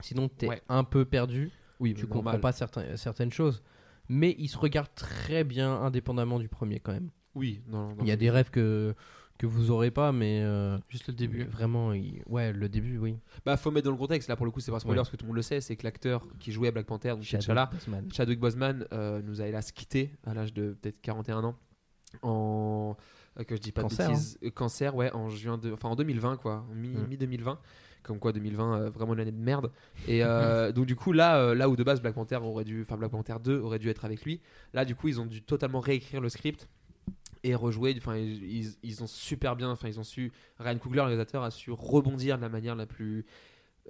Sinon, t'es
Ouais.
un peu perdu,
Oui,
tu comprends pas certains, certaines choses. Mais il se regarde très bien indépendamment du premier quand même.
Oui, non, non, non.
Il y a des rêves que, que vous aurez pas, mais euh,
Juste le début.
vraiment, il- ouais, le début, oui.
Bah, faut mettre dans le contexte. Là, pour le coup, c'est pas spoiler
Ouais.
parce que tout le monde le sait. C'est que l'acteur qui jouait à Black Panther, donc T'Challa,
Boseman.
Chadwick Boseman euh, nous a hélas quitté à l'âge de peut-être 41 ans en euh, que je dis pas
Cancer, hein.
de bêtises euh, cancer ouais en juin de enfin en 2020 quoi mi,
Mm.
mi 2020 comme quoi 2020 euh, vraiment une année de merde et euh, donc du coup là euh, là où de base Black Panther aurait dû enfin Black Panther 2 aurait dû être avec lui là du coup ils ont dû totalement réécrire le script et rejouer enfin ils, ils- ils ont super bien enfin ils ont su Ryan Coogler le réalisateur a su rebondir de la manière la plus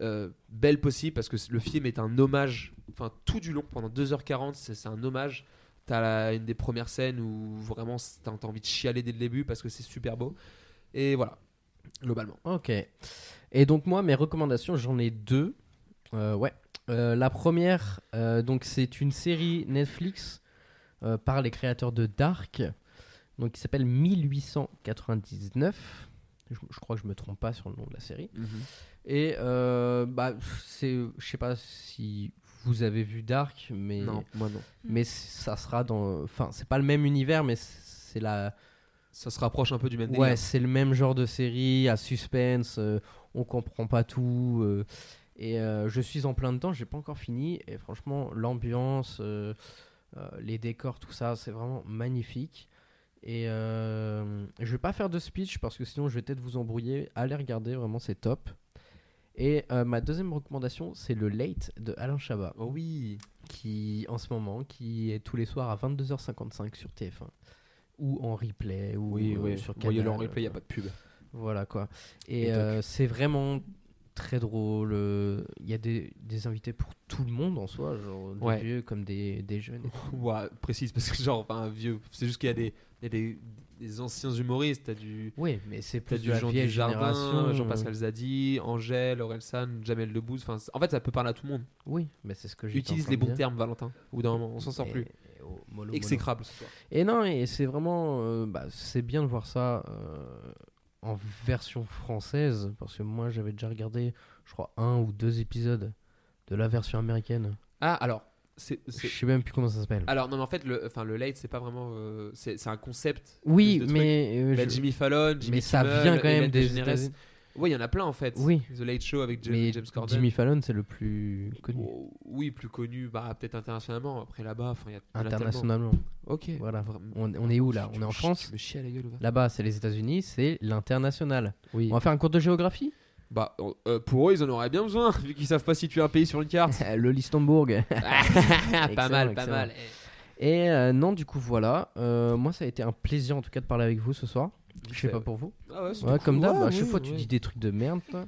euh, belle possible parce que c- le film est un hommage, enfin tout du long, pendant 2h40, c'est c'est un hommage. T'as la- une des premières scènes où vraiment c- t'as t'as envie de chialer dès le début parce que c'est super beau. Et voilà, globalement.
Ok. Et donc moi, mes recommandations, j'en ai deux. Euh, ouais. Euh, la première, euh, donc c'est une série Netflix euh, par les créateurs de Dark, donc qui s'appelle 1899. Je, je crois que je me trompe pas sur le nom de la série. Et euh, bah c'est, je sais pas si vous avez vu Dark, mais
Non, moi non.
mais ça sera dans, enfin c'est pas le même univers, mais c'est la
Ça se rapproche un peu du même
Ouais,
délire.
c'est le même genre de série, à suspense, euh, on comprend pas tout. euh, et euh, je suis en plein dedans, j'ai pas encore fini. Et franchement, l'ambiance, euh, euh, les décors, tout ça, c'est vraiment magnifique. Et euh, je vais pas faire de speech parce que sinon je vais peut-être vous embrouiller. Allez regarder, vraiment c'est top. Et euh, ma deuxième recommandation, c'est le Late de Alain Chabat,
Oh oui.
qui en ce moment, qui est tous les soirs à 22h55 sur TF1 ou en replay ou
Oui,
euh,
oui.
sur
Voyez-le en
Canal, euh.
replay, y a pas de pub.
voilà quoi.
Et
Et
toc.
euh, c'est vraiment très drôle. euh, Il y a des, des invités pour tout le monde en soi, genre des
Ouais.
vieux comme des, des jeunes.
Ouais, précise parce que genre, enfin, un vieux. C'est juste qu'il y a des, il y a des, des anciens humoristes. T'as du,
Oui, mais c'est
t'as
plus
du
de la
Jean
vieille
Dujardin,
génération. euh.
Jean-Pascal Zadi, Angèle, Orelsan, Jamel Debbouze. Enfin, c'est- en fait, ça peut parler à tout le monde.
Oui, mais c'est ce que j'ai.
Utilise les bons termes, Valentin. Au bout d'un moment, on s'en sort plus. Exécrable ce soir.
Et non, et c'est vraiment, euh, bah, c'est bien de voir ça euh, en version française parce que moi j'avais déjà regardé, je crois un ou deux épisodes de la version américaine.
Ah, alors, c'est.
Je
c'est- Ah,
sais même plus comment ça s'appelle.
Alors, non, mais en fait, le, enfin, le late, c'est pas vraiment. euh, c'est c'est un concept.
oui,
plus de
mais euh,
trucs. Bah,
je-
Jimmy Fallon, Jimmy
mais ça
Kimmel,
vient quand même
Ellen
des
DeGeneres.
États-Unis.
Ouais, il y en a plein en fait.
Oui.
The Late Show avec Ja-
Mais
James Corden.
Jimmy Fallon, c'est le plus connu
Oh, oui, plus connu, bah, peut-être internationalement. Après là-bas, enfin, il y a. il y en a tellement.
internationalement.
Ok.
Voilà.
Vraiment.
On, on est où là
Tu
On est en
me chi-
France.
Tu me chies à la gueule, ou pas
Là-bas, c'est les États-Unis, c'est l'international.
Oui.
On va faire un cours de géographie
Bah, euh, pour eux, ils en auraient bien besoin, vu qu'ils savent pas situer un pays sur une carte. Ah,
Le Listembourg.
pas mal, pas
excellent.
mal. Eh,
Et euh, non, du coup, voilà. Euh, moi, ça a été un plaisir en tout cas de parler avec vous ce soir. Je sais
fait,
pas
ouais.
pour vous.
Ah ouais, c'est
Ouais,
cool.
comme d'hab,
Ouais,
à chaque
ouais,
fois, tu
ouais.
dis des trucs de merde. toi.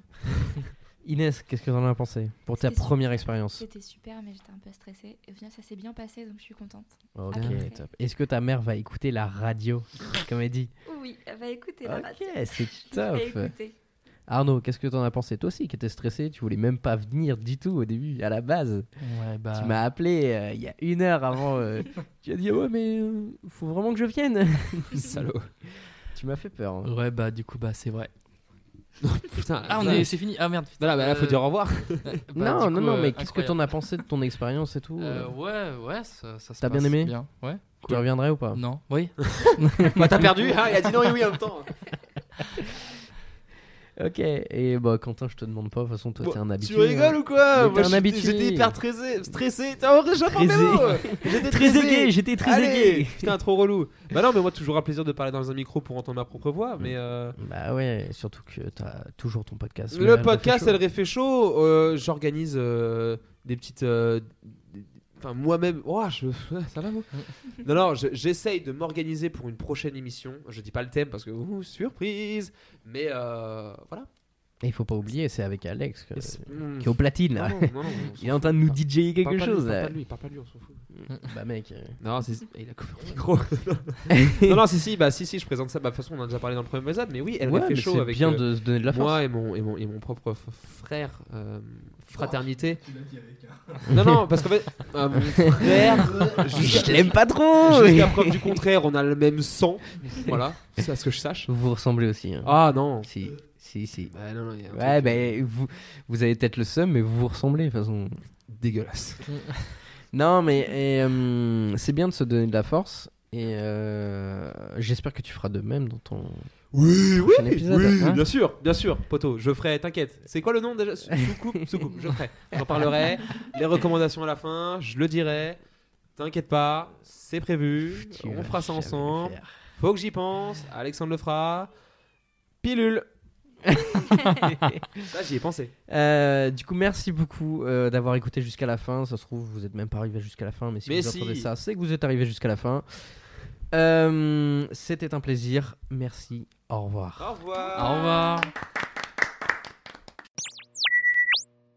Inès, qu'est-ce que t'en as pensé pour ta
C'était super.
première expérience
C'était super, mais j'étais un peu stressée. Et au final, ça s'est bien passé, donc je suis contente.
Ok,
Après.
top. Est-ce que ta mère va écouter la radio, comme elle dit
Oui, elle va écouter la
Ok,
radio.
c'est
Je vais
top.
écouter.
Arnaud, qu'est-ce que t'en as pensé Toi aussi, qui étais stressé, tu voulais même pas venir du tout au début, à la base.
Ouais, bah.
Tu m'as appelé euh, il y a une heure avant. euh, tu as dit, ouais, mais euh, faut vraiment que je vienne.
Salaud.
tu m'as fait peur. hein.
Ouais, bah, du coup, bah, c'est vrai.
Putain,
Ah, on
là-
est, c'est fini. Ah merde.
Non, là, bah, là, faut
Euh,
dire au revoir.
bah, du
non,
coup,
non, non,
euh,
mais qu'est-ce que t'en
incroyable.
as pensé de ton expérience et tout
Euh, Ouais, ouais, ça, ça se
T'as bien
passe
aimé Ah.
Ouais.
Tu reviendrais ou pas
Non, oui.
bah, t'as perdu. Ah, il a dit non et oui en même temps.
Ok, et bah, Quentin, je te demande pas, de toute façon, toi,
Bon,
t'es un habitué. euh, hein.
tu rigoles ou quoi
Mais
Moi,
t'es un
j'étais-
habitué.
J'étais hyper stressé. stressé. T'as un vrai Jean
Très
Parmello.
zé-
J'étais
Très
stressé.
aigué, j'étais très
Allez
aigué.
Putain, trop relou. Bah non, mais moi, toujours un plaisir de parler dans un micro pour entendre ma propre voix. Mais euh,
Bah ouais, surtout que t'as toujours ton podcast.
le podcast, elle refait chaud. euh, J'organise euh, des petites. euh, des- Enfin, moi-même. Oh, je... ça va, vous Non, non, je- j'essaye de m'organiser pour une prochaine émission. Je dis pas le thème parce que, ouh, surprise. Mais euh, voilà.
Et il faut pas oublier, c'est avec Alex que- qui
Mm.
est au platine là.
Non, non, non, non, on s'en
Il est en
fout.
train de nous DJ
Parle
quelque
pas de lui,
chose. euh.
Parle
là.
pas de lui, parle pas de lui, on s'en fout.
Bah mec. euh,
Non, c'est- il a coupé le micro. non, non, si, si, bah, si, si, je présente ça. Bah, de toute façon, on en a déjà parlé dans le premier épisode, mais oui, elle
ouais,
fait
mais
chaud
c'est
avec
bien
euh,
de se donner de la force.
moi et mon, et mon, et mon propre f- frère, euh, fraternité. Non, non, parce qu'en fait, euh, mon frère,
je
jusqu'à
l'aime pas trop.
jusqu'à preuve du contraire, on a le même sang. Voilà, c'est à ce que je sache.
Vous vous ressemblez aussi. hein.
Ah non.
Si, si, si.
Bah, non, non, il y a un
Ouais,
truc
bah, vous, vous avez peut-être le seum, mais vous vous ressemblez de toute façon.
dégueulasse.
Non, mais et, euh, c'est bien de se donner de la force. Et euh, j'espère que tu feras de même dans ton.
Oui, oui,
Prochain épisode,
oui,
hein.
bien sûr, bien sûr, poto, je ferai, t'inquiète. C'est quoi le nom déjà Sou- Soucoupe, soucoupe, je ferai. J'en parlerai, les recommandations à la fin, je le dirai. T'inquiète pas, c'est prévu,
Tu
on
vas
fera ça
jamais le
ensemble.
faire.
Faut que j'y pense, Alexandre le fera. Pilule Ça, j'y ai pensé.
Euh, du coup, merci beaucoup euh, d'avoir écouté jusqu'à la fin. Ça se trouve, vous n'êtes même pas arrivé jusqu'à la fin, mais si
Mais
vous
si.
entendez ça, c'est que vous êtes arrivé jusqu'à la fin. Euh, C'était un plaisir. Merci. Au revoir.
Au revoir
Au revoir.